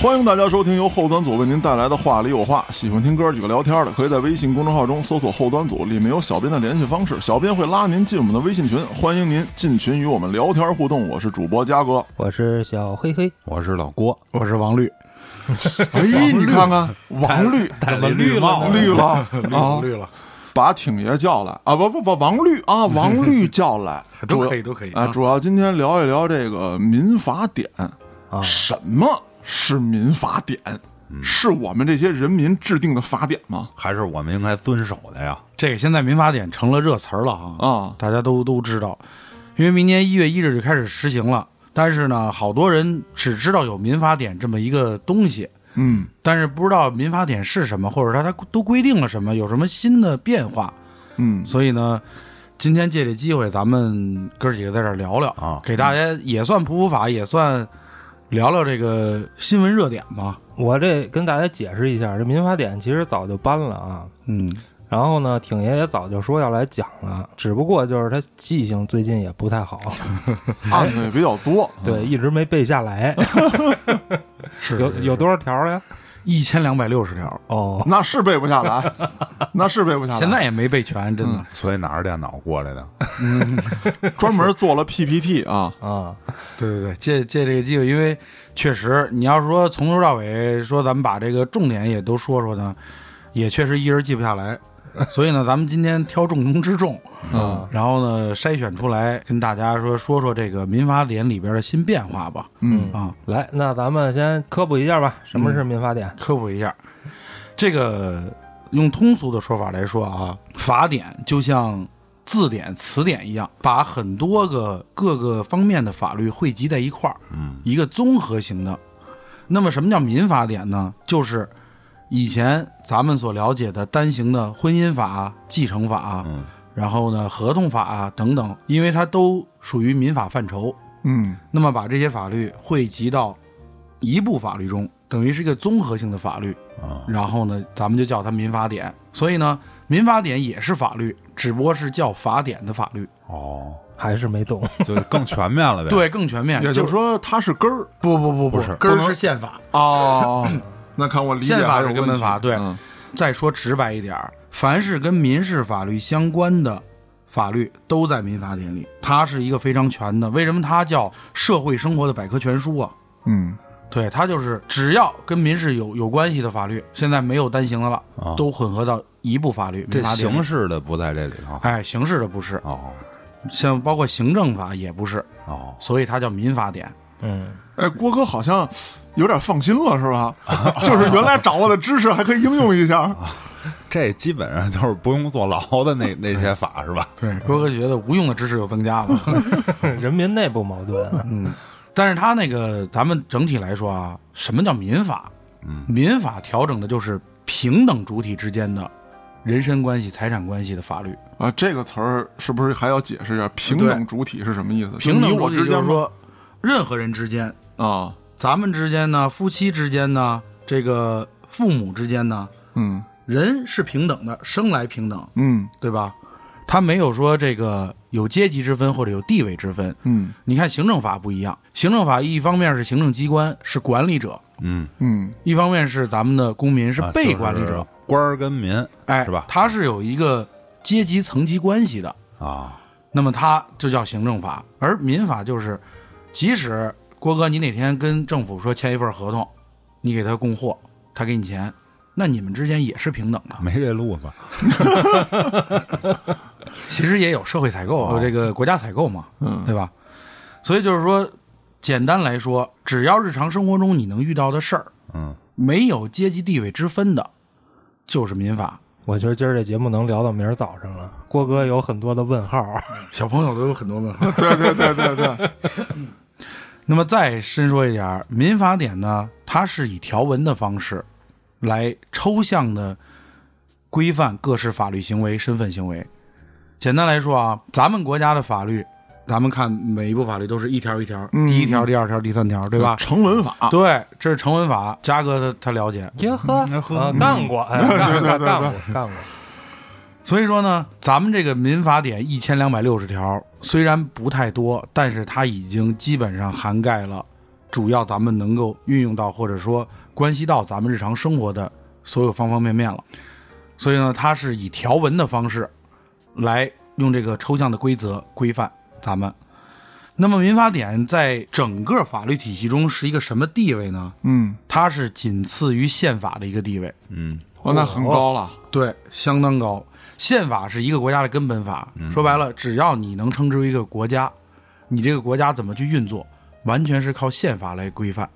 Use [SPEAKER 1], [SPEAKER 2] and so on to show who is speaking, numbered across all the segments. [SPEAKER 1] 欢迎大家收听由后端组为您带来的《话里有话》。喜欢听哥几个聊天的，可以在微信公众号中搜索“后端组”，里面有小编的联系方式，小编会拉您进我们的微信群，欢迎您进群与我们聊天互动。我是主播嘉哥。
[SPEAKER 2] 我是小黑黑，
[SPEAKER 3] 我是老郭，
[SPEAKER 4] 我是王律，
[SPEAKER 1] 哎，你看看，王绿
[SPEAKER 3] 戴
[SPEAKER 2] 么绿了呢
[SPEAKER 1] 绿了
[SPEAKER 4] 啊，
[SPEAKER 1] 啊，
[SPEAKER 4] 绿了，，
[SPEAKER 1] 把挺爷叫来啊，不不不，王绿啊，王绿叫来
[SPEAKER 4] 都可以都可以
[SPEAKER 1] 啊，主要今天聊一聊这个民法典，
[SPEAKER 4] 啊
[SPEAKER 1] 什么是民法典？
[SPEAKER 4] 嗯
[SPEAKER 1] 是我们这些人民制定的法典吗？
[SPEAKER 3] 还是我们应该遵守的呀？
[SPEAKER 4] 这个现在民法典成了热词儿了啊
[SPEAKER 1] 啊
[SPEAKER 4] 大家都都知道，因为明年一月一日就开始实行了。但是呢，好多人只知道有民法典这么一个东西，
[SPEAKER 1] 嗯，
[SPEAKER 4] 但是不知道民法典是什么，或者它它都规定了什么，有什么新的变化。
[SPEAKER 1] 嗯，
[SPEAKER 4] 所以呢，今天借这机会，咱们哥几个在这儿聊聊
[SPEAKER 3] 啊
[SPEAKER 4] 给大家也算普普法，也算聊聊这个新闻热点吧。
[SPEAKER 2] 我这跟大家解释一下，这民法典其实早就搬了啊。
[SPEAKER 4] 嗯，
[SPEAKER 2] 然后呢，挺爷也早就说要来讲了，只不过就是他记性最近也不太 好，
[SPEAKER 1] 案子也比较多。
[SPEAKER 2] 对，一直没背下来。
[SPEAKER 4] 是
[SPEAKER 2] 有有多少条呀？
[SPEAKER 4] 一千两百六十条，
[SPEAKER 2] 哦，
[SPEAKER 1] 那是背不下来，那是背不下来。
[SPEAKER 4] 现在也没背全，真的。
[SPEAKER 3] 所以拿着电脑过 来的，
[SPEAKER 1] 专门做了 PPT 啊，
[SPEAKER 2] 啊，
[SPEAKER 4] 对对对，借借这个机会，因为确实你要说从头到尾说咱们把这个重点也都说说呢，也确实一人记不下来，所以呢，咱们今天挑重中之重，
[SPEAKER 1] 嗯
[SPEAKER 4] 然后呢筛选出来跟大家说说说这个民法典里边的新变化吧，
[SPEAKER 1] 嗯
[SPEAKER 4] 啊，
[SPEAKER 2] 来，那咱们先科普一下吧，什
[SPEAKER 4] 嗯
[SPEAKER 2] 么是民法典？
[SPEAKER 4] 科普一下，这个用通俗的说法来说啊，法典就像字典、词典一样，把很多个各个方面的法律汇集在一块儿，
[SPEAKER 3] 嗯，
[SPEAKER 4] 一个综合型的。那么，什么叫民法典呢？就是以前咱们所了解的单行的婚姻法、继承法，
[SPEAKER 3] 嗯
[SPEAKER 4] 然后呢合同法啊等等，因为它都属于民法范畴。
[SPEAKER 1] 嗯
[SPEAKER 4] 那么把这些法律汇集到一部法律中，等于是一个综合性的法律。
[SPEAKER 3] 啊，
[SPEAKER 4] 然后呢，咱们就叫它民法典。所以呢，民法典也是法律，只不过是叫法典的法律，
[SPEAKER 3] 哦，
[SPEAKER 2] 还是没 懂。
[SPEAKER 3] 就更全面了呗。，
[SPEAKER 4] 对，更全面。
[SPEAKER 1] 也就是
[SPEAKER 4] 是
[SPEAKER 1] 说它是根儿
[SPEAKER 4] 不不不不
[SPEAKER 3] 不是
[SPEAKER 4] 根
[SPEAKER 1] 不
[SPEAKER 4] 儿
[SPEAKER 1] 能
[SPEAKER 4] 是宪法。
[SPEAKER 1] 哦。 那看我理解
[SPEAKER 4] 宪法
[SPEAKER 1] 还
[SPEAKER 4] 是
[SPEAKER 1] 有问题
[SPEAKER 4] 根本法对
[SPEAKER 1] 嗯
[SPEAKER 4] 再说直白一点儿，凡是跟民事法律相关的法律都在民法典里，它是一个非常全的。为什么它叫社会生活的百科全书啊？
[SPEAKER 1] 嗯，
[SPEAKER 4] 对，它就是只要跟民事有有关系的法律，现在没有单行的了，
[SPEAKER 3] 啊
[SPEAKER 4] 都混合到一部法律。
[SPEAKER 3] 这
[SPEAKER 4] 民法典里
[SPEAKER 3] 形，式的不在这里头。
[SPEAKER 4] 哎，刑事的不是，
[SPEAKER 3] 哦
[SPEAKER 4] 像包括行政法也不是，
[SPEAKER 3] 哦，
[SPEAKER 4] 所以它叫民法典。
[SPEAKER 2] 嗯，
[SPEAKER 1] 哎，郭哥好像有点放心了，是吧？ 就是原来掌握的知识还可以应用一下。
[SPEAKER 3] 这基本上就是不用坐牢的那那些法是吧？
[SPEAKER 4] 对，郭哥觉得无用的知识又增加了。
[SPEAKER 2] 人民内部矛盾啊，
[SPEAKER 4] 嗯，但是它那个咱们整体来说啊，什么叫民法？
[SPEAKER 3] 嗯，
[SPEAKER 4] 民法调整的就是平等主体之间的人身关系、财产关系的法律。
[SPEAKER 1] 啊，这个词儿是不是还要解释一下？平等主体是什么意思？
[SPEAKER 4] 平
[SPEAKER 1] 就
[SPEAKER 4] 等
[SPEAKER 1] 你我
[SPEAKER 4] 主体
[SPEAKER 1] 之
[SPEAKER 4] 就
[SPEAKER 1] 间
[SPEAKER 4] 是
[SPEAKER 1] 吗
[SPEAKER 4] 说，任何人之间，
[SPEAKER 1] 啊，
[SPEAKER 4] 咱们之间呢，夫妻之间呢，这个父母之间呢，
[SPEAKER 1] 嗯
[SPEAKER 4] 人是平等的，生来平等，
[SPEAKER 1] 嗯
[SPEAKER 4] 对吧？他没有说这个有阶级之分或者有地位之分。
[SPEAKER 1] 嗯
[SPEAKER 4] 你看行政法不一样，行政法一方面是行政机关是管理者，
[SPEAKER 3] 嗯，
[SPEAKER 1] 嗯
[SPEAKER 4] 一方面是咱们的公民是
[SPEAKER 3] 啊
[SPEAKER 4] 被管理，
[SPEAKER 3] 就
[SPEAKER 4] 者
[SPEAKER 3] 是，官儿跟民
[SPEAKER 4] 哎，
[SPEAKER 3] 是吧
[SPEAKER 4] 它是有一个阶级层级关系的，
[SPEAKER 3] 啊，
[SPEAKER 4] 那么它就叫行政法，而民法就是，即使郭哥你哪天跟政府说签一份合同，你给他供货，他给你钱，那你们之间也是平等的。
[SPEAKER 3] 没这路子。
[SPEAKER 4] 其实也有社会采购，啊有这个国家采购嘛，
[SPEAKER 1] 嗯
[SPEAKER 4] 对吧？所以就是说，简单来说，只要日常生活中你能遇到的事儿，
[SPEAKER 3] 嗯，
[SPEAKER 4] 没有阶级地位之分的，就是民法。
[SPEAKER 2] 我觉得今儿这节目能聊到明儿早上了。郭哥有很多的问号，
[SPEAKER 4] 小朋友都有很多问号。
[SPEAKER 1] 对对对对对，
[SPEAKER 4] 那么再深说一点儿，民法典呢，它是以条文的方式来抽象的规范各式法律行为、身份行为。简单来说啊，咱们国家的法律，咱们看每一部法律都是一条一条，
[SPEAKER 1] 嗯
[SPEAKER 4] 第一条、第二条、第三条，对吧？
[SPEAKER 1] 成文法，
[SPEAKER 4] 对，这是成文法，嘉哥他他了解。
[SPEAKER 2] 耶呵，
[SPEAKER 3] 呵
[SPEAKER 2] 啊干过， 哎，干过，干过，干过。
[SPEAKER 4] 所以说呢，咱们这个民法典一千两百六十条虽然不太多，但是它已经基本上涵盖了主要咱们能够运用到或者说关系到咱们日常生活的所有方方面面了。所以呢，它是以条文的方式来用这个抽象的规则规范咱们。那么，民法典在整个法律体系中是一个什么地位呢？
[SPEAKER 1] 嗯，
[SPEAKER 4] 它是仅次于宪法的一个地位，
[SPEAKER 3] 嗯，
[SPEAKER 1] 哦，那很高了，
[SPEAKER 4] 对，相当高。宪法是一个国家的根本法，说白了，只要你能称之为一个国家，你这个国家怎么去运作，完全是靠宪法来规范，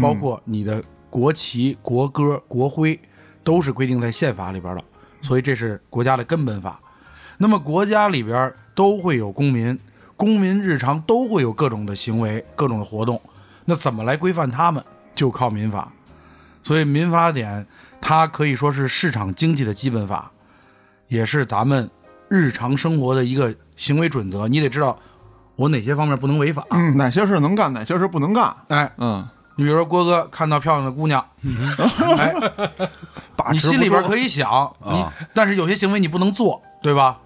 [SPEAKER 4] 包括你的国旗、国歌、国徽都是规定在宪法里边的，所以这是国家的根本法。那么国家里边都会有公民，公民日常都会有各种的行为、各种的活动，那怎么来规范他们，就靠民法。所以民法典它可以说是市场经济的基本法，也是咱们日常生活的一个行为准则。你得知道我哪些方面不能违法。
[SPEAKER 1] 嗯，哪些事能干，哪些事不能干，
[SPEAKER 4] 哎，
[SPEAKER 1] 嗯，
[SPEAKER 4] 你比如说郭哥看到漂亮的姑娘，哎，你心里边可以想，你
[SPEAKER 3] 啊
[SPEAKER 4] 但是有些行为你不能做，对吧？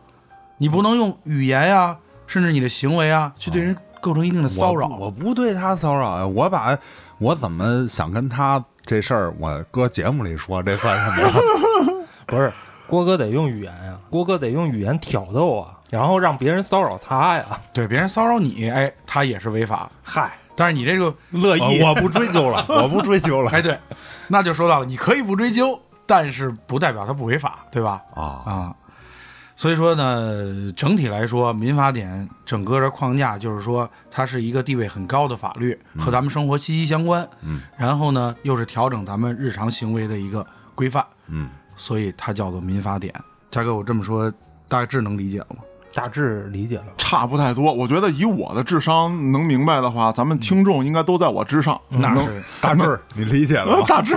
[SPEAKER 4] 你不能用语言呀、甚至你的行为啊，去对人构成一定的骚扰。
[SPEAKER 3] 啊我不对他骚扰呀，我把我怎么想跟他这事儿，我搁节目里说，这算什么呀？
[SPEAKER 2] 不是，郭哥得用语言呀、郭哥得用语言挑逗啊，然后让别人骚扰他呀。
[SPEAKER 4] 对别人骚扰你，哎，他也是违法。
[SPEAKER 2] 嗨，
[SPEAKER 4] 但是你这个
[SPEAKER 2] 乐意
[SPEAKER 3] 我我不追究了，我不追究了。
[SPEAKER 4] 哎，对， 那就说到了，你可以不追究，但是不代表它不违法，对吧？
[SPEAKER 3] 啊，
[SPEAKER 4] 啊，所以说呢，整体来说，民法典整个的框架就是说，它是一个地位很高的法律，和咱们生活息息相关。
[SPEAKER 3] 嗯，
[SPEAKER 4] 然后呢，又是调整咱们日常行为的一个规范，
[SPEAKER 3] 嗯，
[SPEAKER 4] 所以它叫做民法典。嘉哥，我这么说，大致能理解了吗？
[SPEAKER 2] 大致理解了。
[SPEAKER 1] 差不太多。我觉得以我的智商能明白的话，咱们听众应该都在我之上，
[SPEAKER 2] 嗯
[SPEAKER 4] 那
[SPEAKER 1] 能
[SPEAKER 4] 是
[SPEAKER 3] 大志儿，你理解 了吗？
[SPEAKER 1] 大致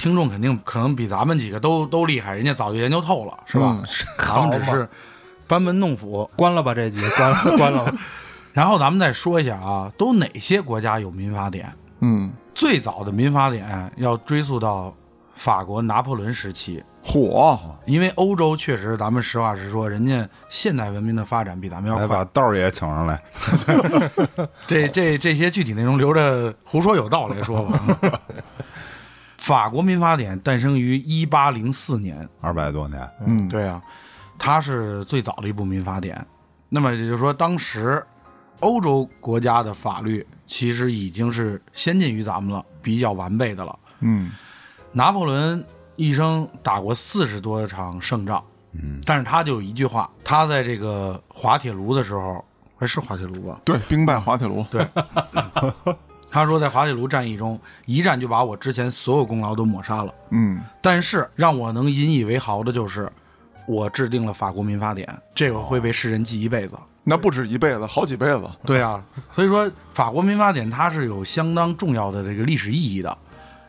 [SPEAKER 4] 听众肯定可能比咱们几个都都厉害，人家早就研究透了，是吧？
[SPEAKER 1] 嗯
[SPEAKER 4] 咱们只
[SPEAKER 2] 好
[SPEAKER 4] 是班门弄斧。
[SPEAKER 2] 关了吧这集，关了，关了吧。
[SPEAKER 4] 然后咱们再说一下啊，都哪些国家有民法典？
[SPEAKER 1] 嗯，
[SPEAKER 4] 最早的民法典要追溯到法国拿破仑时期，
[SPEAKER 1] 火，
[SPEAKER 4] 因为欧洲确实，咱们实话实说，人家现代文明的发展比咱们
[SPEAKER 3] 来
[SPEAKER 4] 要快
[SPEAKER 3] 把。豆儿也请上来。
[SPEAKER 4] 这这这些具体内容留着胡说有道来说吧。法国民法典诞生于一八零四年，
[SPEAKER 3] 二百多年，
[SPEAKER 1] 嗯，
[SPEAKER 4] 对啊，它是最早的一部民法典。那么也就是说，当时欧洲国家的法律其实已经是先进于咱们了，比较完备的了。
[SPEAKER 1] 嗯，
[SPEAKER 4] 拿破仑一生打过四十多场胜仗，
[SPEAKER 3] 嗯，
[SPEAKER 4] 但是他就有一句话，他在这个滑铁卢的时候，还是滑铁卢吧？
[SPEAKER 1] 对，兵败滑铁卢，
[SPEAKER 4] 对，他说在滑铁卢战役中，一战就把我之前所有功劳都抹杀了。
[SPEAKER 1] 嗯，
[SPEAKER 4] 但是让我能引以为豪的就是，我制定了法国民法典，这个会被世人记一辈子。
[SPEAKER 1] 那不止一辈子，好几辈子，
[SPEAKER 4] 对啊，所以说法国民法典它是有相当重要的这个历史意义的，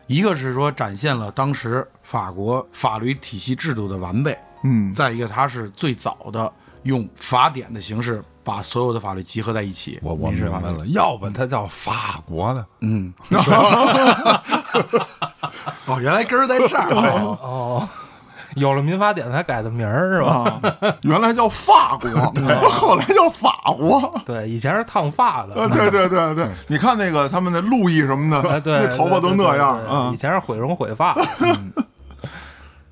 [SPEAKER 4] 一个是说展现了当时法国法律体系制度的完备，
[SPEAKER 1] 嗯，
[SPEAKER 4] 再一个它是最早的用法典的形式把所有的法律集合在一起。
[SPEAKER 3] 我我
[SPEAKER 4] 民
[SPEAKER 3] 明
[SPEAKER 4] 事
[SPEAKER 3] 白
[SPEAKER 4] 法律，
[SPEAKER 3] 了，要不他叫法国的，
[SPEAKER 4] 嗯， 哦，原来根儿在这 儿。哦
[SPEAKER 2] 哦，有了民法典才改的名儿是
[SPEAKER 1] 啊，
[SPEAKER 2] 吧？
[SPEAKER 1] 原来叫法 国，后来叫法国。
[SPEAKER 2] 对，以前是烫发
[SPEAKER 1] 呃，
[SPEAKER 2] 的。
[SPEAKER 1] 对对对对，你看那个他们那路易什么的，
[SPEAKER 2] 哎，对，
[SPEAKER 1] 那头发都
[SPEAKER 2] 对对
[SPEAKER 1] 那样
[SPEAKER 2] 对对
[SPEAKER 1] 啊
[SPEAKER 2] 以。前是毁容毁 发，嗯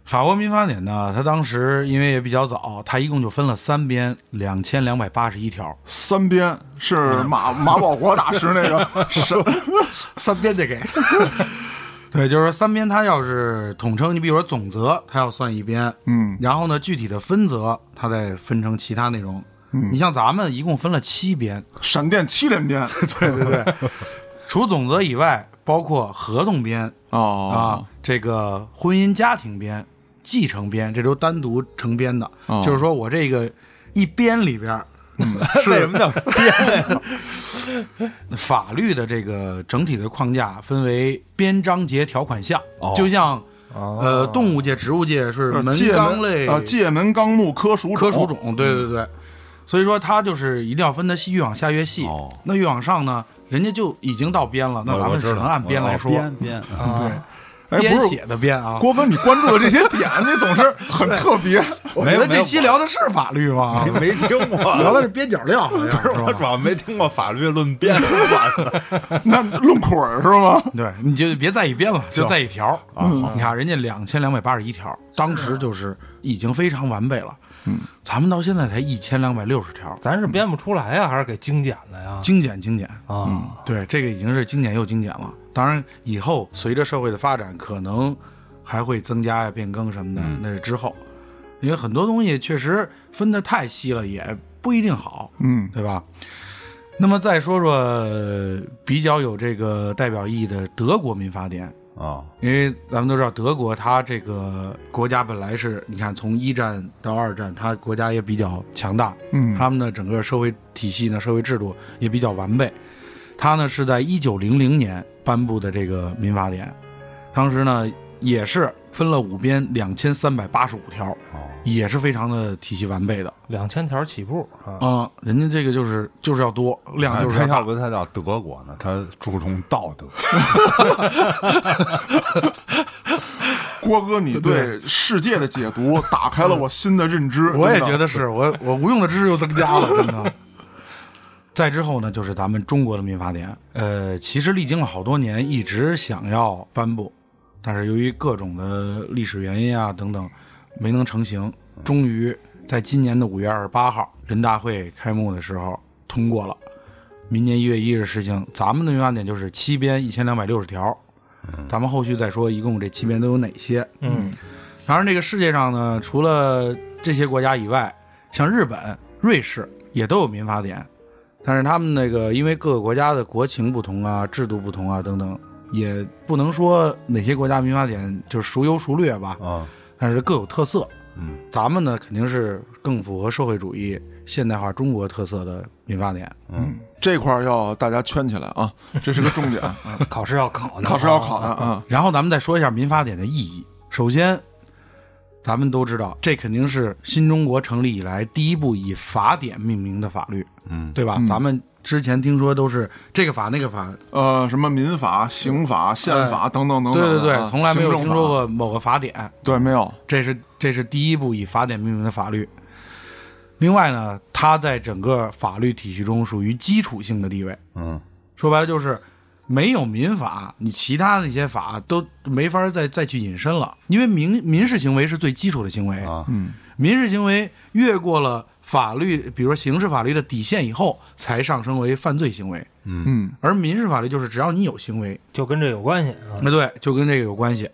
[SPEAKER 4] 法国民法典呢，它当时因为也比较早，它一共就分了三编，两千两百八十一条。
[SPEAKER 1] 三鞭是 马马保国大师那 个神，
[SPEAKER 4] 三编得给。 对，就是说三编，它要是统称，你比如说总则，它要算一编，
[SPEAKER 1] 嗯
[SPEAKER 4] 然后呢，具体的分则，它再分成其他内容。你像咱们一共分了七编，
[SPEAKER 1] 闪电七连鞭
[SPEAKER 4] 对对对， 除总则以外，包括合同编啊
[SPEAKER 1] 哦，
[SPEAKER 4] 这个婚姻家庭编、继承编，这都单独成编的。
[SPEAKER 1] 哦嗯
[SPEAKER 4] 就是说我这个一编里边儿，
[SPEAKER 3] 为什么叫
[SPEAKER 4] 法律的这个整体的框架分为编章节、条款项，
[SPEAKER 3] 哦
[SPEAKER 4] 就像
[SPEAKER 2] 哦
[SPEAKER 4] 呃动物界、植物界是门
[SPEAKER 1] 呃界
[SPEAKER 4] 纲类、
[SPEAKER 1] 啊，界门纲目科属
[SPEAKER 4] 科属
[SPEAKER 3] 嗯
[SPEAKER 4] 种，对对对。所以说，它就是一定要分得细，越往下越细。
[SPEAKER 3] 哦
[SPEAKER 4] 那越往上呢，人家就已经到编了，那咱们只能按编来说，
[SPEAKER 3] 哦
[SPEAKER 4] 嗯
[SPEAKER 3] 编编
[SPEAKER 2] 啊
[SPEAKER 1] 哎，
[SPEAKER 4] 编
[SPEAKER 1] 不是
[SPEAKER 4] 写的编啊。
[SPEAKER 1] 郭哥，你关注的这些点，你总是很特别。
[SPEAKER 4] 我
[SPEAKER 3] 没
[SPEAKER 4] 觉
[SPEAKER 3] 有
[SPEAKER 4] 得这期聊的是法律吗？
[SPEAKER 3] 啊没没听 过，
[SPEAKER 4] 聊的是边角料，好像
[SPEAKER 3] 不是我主要没听过法律论辩算 的
[SPEAKER 1] 那论捆儿是吗？
[SPEAKER 4] 对，你就别在一边了，就
[SPEAKER 3] 行
[SPEAKER 4] 在一条
[SPEAKER 3] 啊
[SPEAKER 4] 你看人家两千两百八十一条，当时就是已经非常完备了。嗯，咱们到现在才一千两百六十条，
[SPEAKER 2] 咱是编不出来呀，还是给精简了呀？
[SPEAKER 4] 精简精简。
[SPEAKER 1] 嗯
[SPEAKER 2] 啊，
[SPEAKER 4] 对，这个已经是精简又精简了。当然，以后随着社会的发展，可能还会增加呀、变更什么的，那是之后。因为很多东西确实分得太细了，也不一定好，
[SPEAKER 1] 嗯，
[SPEAKER 4] 对吧？那么再说说呃比较有这个代表意义的德国民法典，
[SPEAKER 3] 啊，
[SPEAKER 4] 因为咱们都知道德国，它这个国家本来是你看从一战到二战，它国家也比较强大，
[SPEAKER 1] 嗯
[SPEAKER 4] 他们的整个社会体系呢，社会制度也比较完备。它呢是在一九零零年颁布的这个民法典，当时呢也是分了五编两千三百八十五条，
[SPEAKER 3] 哦
[SPEAKER 4] 也是非常的体系完备的
[SPEAKER 2] 两千条起步啊，
[SPEAKER 4] 啊、人家这个就是就是要多量就是要
[SPEAKER 3] 哎他
[SPEAKER 4] 大
[SPEAKER 3] 要，不他叫德国呢？他注重道 德，
[SPEAKER 1] 郭哥，你对世界的解读打开了我新的认知。
[SPEAKER 4] 我也
[SPEAKER 1] 真的
[SPEAKER 4] 觉得是我我无用的知识又增加了，真的。 再之后呢，就是咱们中国的民法典，呃，其实历经了好多年，一直想要颁布，但是由于各种的历史原因啊等等，没能成型。终于在今年的五月二十八号人大会开幕的时候通过了，明年一月一日实行。咱们的民法典就是七编一千两百六十条，咱们后续再说，一共这七编都有哪些？
[SPEAKER 2] 嗯，
[SPEAKER 4] 当然，这个世界上呢，除了这些国家以外，像日本、瑞士也都有民法典，但是他们那个因为各个国家的国情不同啊、制度不同啊等等，也不能说哪些国家民法典就是孰优孰劣吧，
[SPEAKER 3] 啊，
[SPEAKER 4] 但是各有特色。
[SPEAKER 3] 嗯，
[SPEAKER 4] 咱们呢肯定是更符合社会主义现代化中国特色的民法典。
[SPEAKER 1] 嗯，这块儿要大家圈起来 啊，这是个重点，
[SPEAKER 4] 啊
[SPEAKER 2] 考试要考的，
[SPEAKER 1] 考试要考的啊。
[SPEAKER 4] 然后咱们再说一下民法典的意义。首先，咱们都知道，这肯定是新中国成立以来第一部以法典命名的法律，
[SPEAKER 3] 嗯，
[SPEAKER 4] 对吧？咱们之前听说都是这个法那个法，
[SPEAKER 1] 呃，什么民法、刑法、宪法等等等
[SPEAKER 4] 对
[SPEAKER 1] 等
[SPEAKER 4] 对
[SPEAKER 1] 的啊。啊
[SPEAKER 4] 对，从来没有
[SPEAKER 1] 行政
[SPEAKER 4] 听说
[SPEAKER 1] 法。
[SPEAKER 4] 过某个法典，
[SPEAKER 1] 对，没有。
[SPEAKER 4] 这是这是第一部以法典命名的法律。另外呢，它在整个法律体系中属于基础性的地位，
[SPEAKER 3] 嗯，
[SPEAKER 4] 说白了就是没有民法，你其他那些法都没法再再去引申了，因为民民事行为是最基础的行为
[SPEAKER 3] 啊
[SPEAKER 1] 嗯，
[SPEAKER 4] 民事行为越过了法律，比如说刑事法律的底线以后，才上升为犯罪行为，
[SPEAKER 1] 嗯
[SPEAKER 4] 而民事法律就是只要你有行为，
[SPEAKER 2] 就跟这有关系啊。
[SPEAKER 4] 那对就跟这个有关系，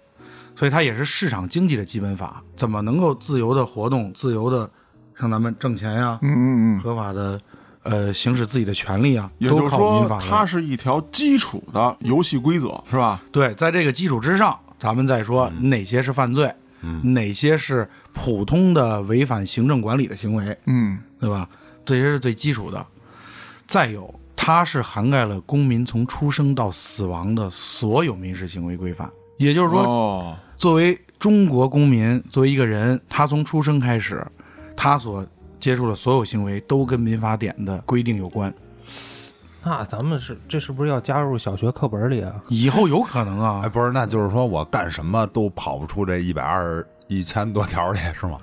[SPEAKER 4] 所以它也是市场经济的基本法，怎么能够自由的活动，自由的像咱们挣钱呀、
[SPEAKER 1] 嗯嗯嗯，
[SPEAKER 4] 合法的呃行使自己的权利啊，
[SPEAKER 1] 也就
[SPEAKER 4] 都
[SPEAKER 1] 是
[SPEAKER 4] 靠
[SPEAKER 1] 说
[SPEAKER 4] 民法，来
[SPEAKER 1] 它是一条基础的游戏规则，是吧？
[SPEAKER 4] 对，在这个基础之上，咱们再说
[SPEAKER 1] 嗯
[SPEAKER 4] 哪些是犯罪，哪些是普通的违反行政管理的行为，
[SPEAKER 1] 嗯
[SPEAKER 4] 对吧？这些是最基础的。再有，它是涵盖了公民从出生到死亡的所有民事行为规范，也就是说，
[SPEAKER 1] 哦，
[SPEAKER 4] 作为中国公民，作为一个人，他从出生开始，他所接触的所有行为都跟民法典的规定有关。
[SPEAKER 2] 那咱们是这是不是要加入小学课本里啊？
[SPEAKER 4] 以后有可能啊
[SPEAKER 3] 哎，，不是，那就是说我干什么都跑不出这一百二一千多条去，是吗？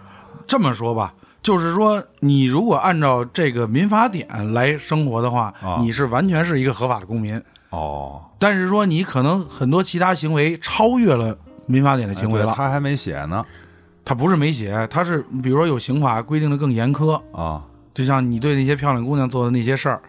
[SPEAKER 4] 这么说吧，就是说，你如果按照这个民法典来生活的话，
[SPEAKER 3] 啊
[SPEAKER 4] 你是完全是一个合法的公民。
[SPEAKER 3] 哦，
[SPEAKER 4] 但是说，你可能很多其他行为超越了民法典的
[SPEAKER 3] 哎
[SPEAKER 4] 行为
[SPEAKER 3] 对
[SPEAKER 4] 了。
[SPEAKER 3] 他还没写呢
[SPEAKER 4] 它不是没写，它是比如说有刑法规定的更严苛，
[SPEAKER 3] 啊，
[SPEAKER 4] 就像你对那些漂亮姑娘做的那些事 儿，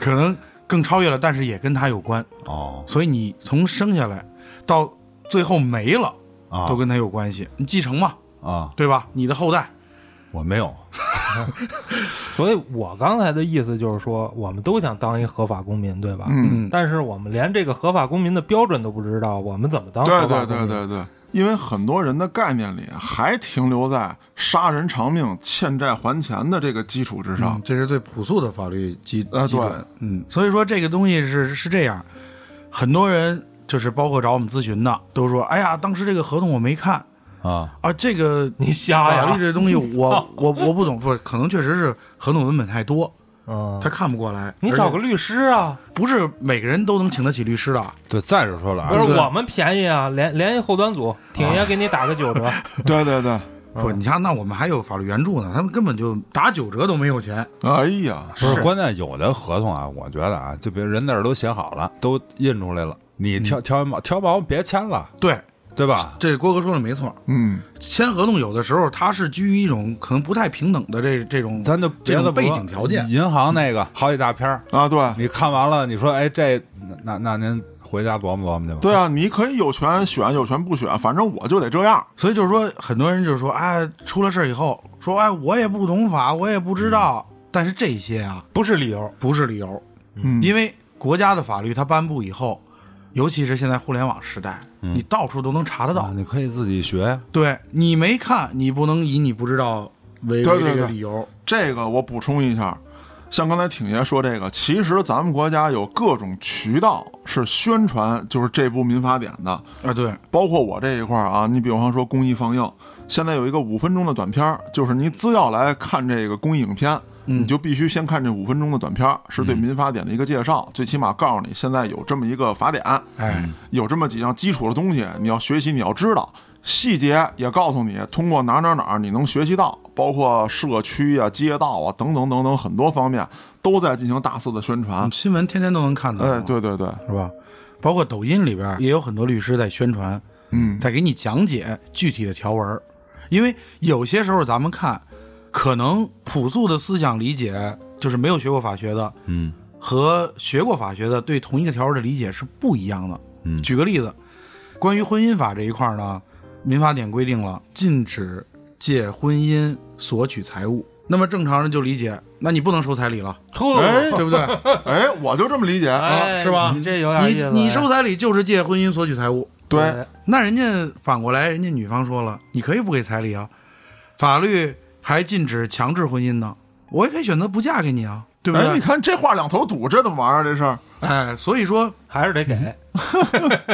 [SPEAKER 4] 可能更超越了，但是也跟他有关。
[SPEAKER 3] 哦
[SPEAKER 4] 所以你从生下来到最后没了，
[SPEAKER 3] 啊，
[SPEAKER 4] 都跟他有关系。你继承嘛，
[SPEAKER 3] 啊，
[SPEAKER 4] 对吧？你的后代。
[SPEAKER 3] 我没有，
[SPEAKER 2] 所以我刚才的意思就是说，我们都想当一合法公民，对吧？
[SPEAKER 1] 嗯，
[SPEAKER 2] 但是我们连这个合法公民的标准都不知道，我们怎么当
[SPEAKER 1] 对
[SPEAKER 2] 合法
[SPEAKER 1] 对
[SPEAKER 2] 公民？
[SPEAKER 1] 对对对，因为很多人的概念里还停留在杀人偿命、欠债还钱的这个基础之上
[SPEAKER 4] 嗯。这是最朴素的法律基
[SPEAKER 1] 啊
[SPEAKER 4] 基
[SPEAKER 1] 对
[SPEAKER 4] 准。嗯，所以说这个东西是是这样，很多人就是包括找我们咨询的，都说：“哎呀，当时这个合同我没看
[SPEAKER 3] 啊
[SPEAKER 4] 啊，这个
[SPEAKER 2] 你瞎
[SPEAKER 4] 法律
[SPEAKER 2] 呀！
[SPEAKER 4] 这东西我我我不懂，不是，可能确实是合同文本太多，
[SPEAKER 2] 嗯，
[SPEAKER 4] 他看不过来。
[SPEAKER 2] 你找个律师啊，
[SPEAKER 4] 而且不是每个人都能请得起律师的，
[SPEAKER 3] 对，再者说了啊
[SPEAKER 2] 不，是
[SPEAKER 4] 对
[SPEAKER 2] 我们便宜啊，联联系后端组，挺爷给你打个九折。
[SPEAKER 4] 啊
[SPEAKER 1] 对对对，
[SPEAKER 4] 不，你看，那我们还有法律援助呢，他们根本就打九折都没有钱。
[SPEAKER 1] 哎呀，
[SPEAKER 3] 不是
[SPEAKER 2] 是
[SPEAKER 3] 关键，有的合同啊，我觉得啊，就比如人字儿都写好了，都印出来了，你挑挑完毛，挑完毛别签了，
[SPEAKER 4] 对，
[SPEAKER 3] 对吧？
[SPEAKER 4] 这郭哥说的没错，
[SPEAKER 1] 嗯，
[SPEAKER 4] 签合同有的时候他是基于一种可能不太平等的这这种
[SPEAKER 3] 咱就
[SPEAKER 4] 嗯这
[SPEAKER 3] 别的不
[SPEAKER 4] 种背
[SPEAKER 3] 说嗯
[SPEAKER 4] 景条件。
[SPEAKER 3] 银行那个好几大篇儿，
[SPEAKER 1] 啊对
[SPEAKER 3] 你看完了，你说哎，这那那那您回家琢磨琢磨去吧。
[SPEAKER 1] 对啊，你可以有权选，有权不选，反正我就得这样。
[SPEAKER 4] 所以就是说，很多人就是说，哎，出了事儿以后，说哎，我也不懂法，我也不知道。但是这些啊，
[SPEAKER 2] 不是 理由，
[SPEAKER 4] 不是理由，
[SPEAKER 1] 嗯，
[SPEAKER 4] 因为国家的法律它颁布以后，尤其是现在互联网时代，你到处都能查得到
[SPEAKER 3] 啊，。你可以自己学，
[SPEAKER 4] 对你没看，你不能以你不知道为为
[SPEAKER 1] 对对
[SPEAKER 4] 这个
[SPEAKER 1] 对
[SPEAKER 4] 理由。
[SPEAKER 1] 这个我补充一下，像刚才挺爷说这个，其实咱们国家有各种渠道是宣传，就是这部民法典的，
[SPEAKER 4] 啊，对，
[SPEAKER 1] 包括我这一块儿啊。你比方说公益放映，现在有一个五分钟的短片儿，就是你只要来看这个公益影片。你就必须先看这五分钟的短片儿，是对民法典的一个介绍，最起码告诉你现在有这么一个法典，
[SPEAKER 4] 哎，
[SPEAKER 1] 有这么几样基础的东西，你要学习，你要知道细节，也告诉你通过哪哪哪儿你能学习到，包括社区啊、街道啊等等等等很多方面都在进行大肆的宣传。
[SPEAKER 4] 新闻天天都能看到，
[SPEAKER 1] 哎，，对对 对，
[SPEAKER 4] 是吧？包括抖音里边也有很多律师在宣传，
[SPEAKER 1] 嗯，
[SPEAKER 4] 在给你讲解具体的条文儿，因为有些时候咱们看，可能朴素的思想理解，就是没有学过法学的
[SPEAKER 3] 嗯
[SPEAKER 4] 和学过法学的对同一个条文的理解是不一样的。
[SPEAKER 3] 嗯
[SPEAKER 4] 举个例子，关于婚姻法这一块儿呢，民法典规定了禁止借婚姻索取财物。那么正常人就理解，那你不能收 彩礼了，
[SPEAKER 1] 哎
[SPEAKER 2] 呵，
[SPEAKER 4] 对不对？
[SPEAKER 1] 哎，我就这么理解。
[SPEAKER 2] 哎
[SPEAKER 4] 啊是吧
[SPEAKER 2] 你这有点意
[SPEAKER 4] 你
[SPEAKER 2] 思。
[SPEAKER 4] 你收彩礼就是借婚姻索取财物，
[SPEAKER 1] 对，
[SPEAKER 4] 那人家反过来，人家女方说了，你可以不给彩礼啊，法律还禁止强制婚姻呢，我也可以选择不嫁给你啊，对不
[SPEAKER 1] 哎，你
[SPEAKER 4] 对？
[SPEAKER 1] 看这话两头堵，这怎么玩意儿？这是，
[SPEAKER 4] 哎，所以说，
[SPEAKER 2] 还是得给。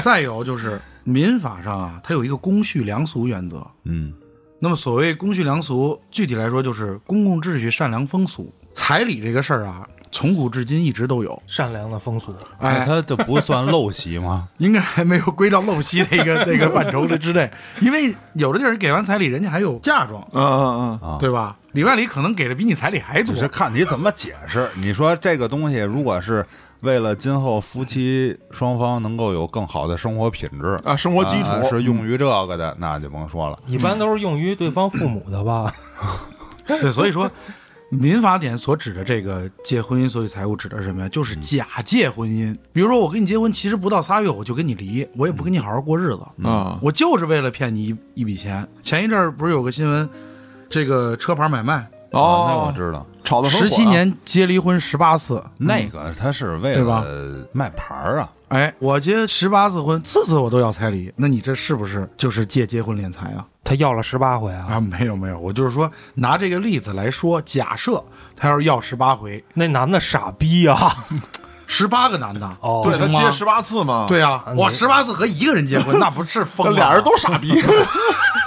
[SPEAKER 4] 再有就是民法上啊，它有一个公序良俗原则。
[SPEAKER 3] 嗯，
[SPEAKER 4] 那么所谓公序良俗，具体来说就是公共秩序、善良风俗。彩礼这个事儿啊，从古至今一直都有，
[SPEAKER 2] 善良的风俗，
[SPEAKER 3] 那，他就哎不算陋习 吗？
[SPEAKER 4] 应该还没有归到陋习那个那个范畴的之内，因为有的地儿给完彩礼，人家还有嫁妆，
[SPEAKER 1] 嗯嗯嗯，
[SPEAKER 3] 啊，
[SPEAKER 4] 对吧？里外里可能给的比你彩礼还多
[SPEAKER 3] 只。是看你怎么解释。你说这个东西，如果是为了今后夫妻双方能够有更好的生活品质
[SPEAKER 1] 啊生活基础
[SPEAKER 3] 啊是用于这个的，那就甭说了。
[SPEAKER 2] 一般都是用于对方父母的 吧？
[SPEAKER 4] 对，所以说，民法典所指的这个借婚姻所有财物指的是什么呀？就是假借婚姻。比如说，我跟你结婚，其实不到仨月我就跟你离，我也不跟你好好过日子，
[SPEAKER 1] 啊，
[SPEAKER 4] 我就是为了骗你一一笔钱。前一阵儿不是有个新闻，这个车牌买卖，
[SPEAKER 3] 啊那我
[SPEAKER 1] 哦，
[SPEAKER 3] 知道，
[SPEAKER 1] 炒的
[SPEAKER 4] 十七，年结离婚十八次，
[SPEAKER 3] 那个他是为
[SPEAKER 4] 嗯对吧
[SPEAKER 3] 了卖牌儿啊，
[SPEAKER 4] 哎，我结十八次婚，次次我都要彩礼，那你这是不是就是借结婚敛财啊？
[SPEAKER 2] 他要了十八回啊，
[SPEAKER 4] 啊，没有没有，我就是说拿这个例子来说，假设他要是要十八回，
[SPEAKER 2] 那男的傻逼啊！
[SPEAKER 4] 十八个男的，
[SPEAKER 2] 哦
[SPEAKER 4] 不
[SPEAKER 1] 对他
[SPEAKER 4] 行吗
[SPEAKER 1] 接十八次嘛，，
[SPEAKER 4] 对啊，我十八次和一个人结 婚，那不是疯了？啊
[SPEAKER 1] 俩人都傻逼。
[SPEAKER 2] 嗯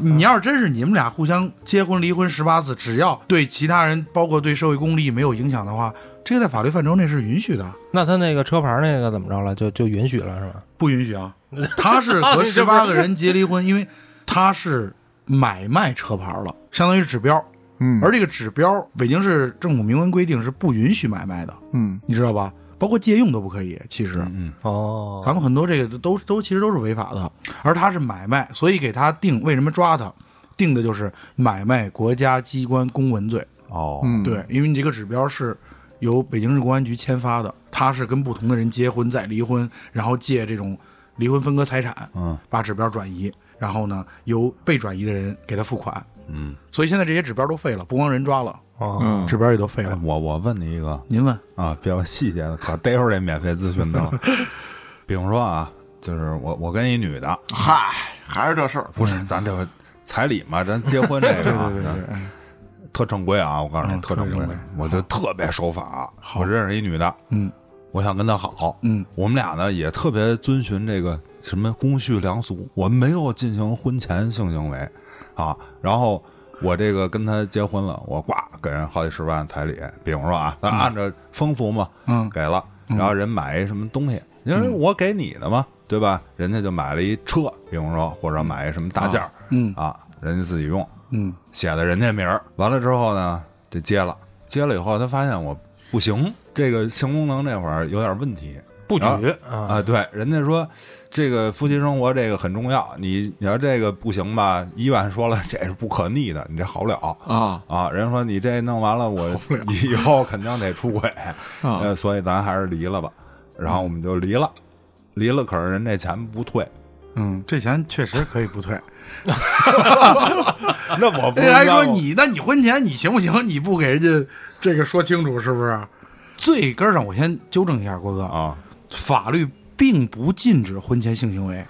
[SPEAKER 4] 你要是真是你们俩互相结婚离婚十八次，只要对其他人，包括对社会公利没有影响的话，这个在法律范畴内是允许的，
[SPEAKER 2] 那他那个车牌那个怎么着了？就就允许了是吧？
[SPEAKER 4] 不允 许啊。他是和
[SPEAKER 2] 你
[SPEAKER 4] 十
[SPEAKER 2] 这不是
[SPEAKER 4] 八个人结离婚，因为他是买卖车牌了，相当于是指标。
[SPEAKER 1] 嗯
[SPEAKER 4] 而这个指标，北京市政府明文规定是不允许买卖的，
[SPEAKER 1] 嗯，
[SPEAKER 4] 你知道吧？包括借用都不可以。其实，
[SPEAKER 3] 嗯，
[SPEAKER 2] 哦，
[SPEAKER 4] 咱们很多这个都都其实都是违法的，而他是买卖，所以给他定为什么抓他，定的就是买卖国家机关公文罪。
[SPEAKER 3] 哦，
[SPEAKER 1] 嗯
[SPEAKER 4] 对，因为你这个指标是由北京市公安局签发的，他是跟不同的人结婚再离婚，然后借这种离婚分割财产，
[SPEAKER 3] 嗯，
[SPEAKER 4] 把指标转移，然后呢由被转移的人给他付款。
[SPEAKER 3] 嗯，
[SPEAKER 4] 所以现在这些指标都废了，不光人抓了，
[SPEAKER 2] 哦，
[SPEAKER 1] 嗯
[SPEAKER 4] 指标也都废
[SPEAKER 3] 哎
[SPEAKER 4] 了。
[SPEAKER 3] 我我问你一个，
[SPEAKER 4] 您问，
[SPEAKER 3] 啊，比较细节的， 可逮着这免费咨询 的了。比如说啊，就是我我跟一女的，
[SPEAKER 1] 嗨，还是这事儿，
[SPEAKER 3] 不是咱这个彩礼嘛，咱结婚这个、啊，
[SPEAKER 4] 对对对对，
[SPEAKER 3] 特正规啊，我告诉你，
[SPEAKER 4] 嗯
[SPEAKER 3] 特正
[SPEAKER 4] 特
[SPEAKER 3] 规，
[SPEAKER 4] 正规
[SPEAKER 3] 我就特别守法。我认识一女的，
[SPEAKER 4] 嗯
[SPEAKER 3] 我想跟她好，
[SPEAKER 4] 嗯，
[SPEAKER 3] 我们俩呢也特别遵循这个什么公序良俗，我们没有进行婚前性行为啊，然后我这个跟他结婚了，我呱给人好几十万彩礼，比方说啊，咱按照风俗嘛，
[SPEAKER 4] 嗯
[SPEAKER 3] 给了，然后人买一什么东西，因为我给你的嘛，对吧？人家就买了一车，比方说或者买一什么大件儿，
[SPEAKER 4] 嗯
[SPEAKER 3] 啊，人家自己用，
[SPEAKER 4] 嗯，
[SPEAKER 3] 写的人家名儿。完了之后呢，这接了，接了以后，他发现我不行，这个性功能这会儿有点问题。
[SPEAKER 2] 不举
[SPEAKER 3] 然后
[SPEAKER 2] 啊，
[SPEAKER 3] 啊，对，人家说这个夫妻生活这个很重要，你你要这个不行吧，医院说了这是不可逆的，你这好不了
[SPEAKER 1] 啊
[SPEAKER 3] 啊。人家说你这弄完了，我以后肯定得出轨，
[SPEAKER 1] 啊
[SPEAKER 3] 呃，所以咱还是离了吧。然后我们就离了，离了，可是人这钱不退，
[SPEAKER 4] 嗯，这钱确实可以不退。
[SPEAKER 3] 那我不
[SPEAKER 4] 哎还
[SPEAKER 3] 知道
[SPEAKER 4] 说你，那你婚前你行不行？你不给人家这个说清楚是不是？最根儿上，我先纠正一下郭哥，
[SPEAKER 3] 啊，
[SPEAKER 4] 法律并不禁止婚前性行为，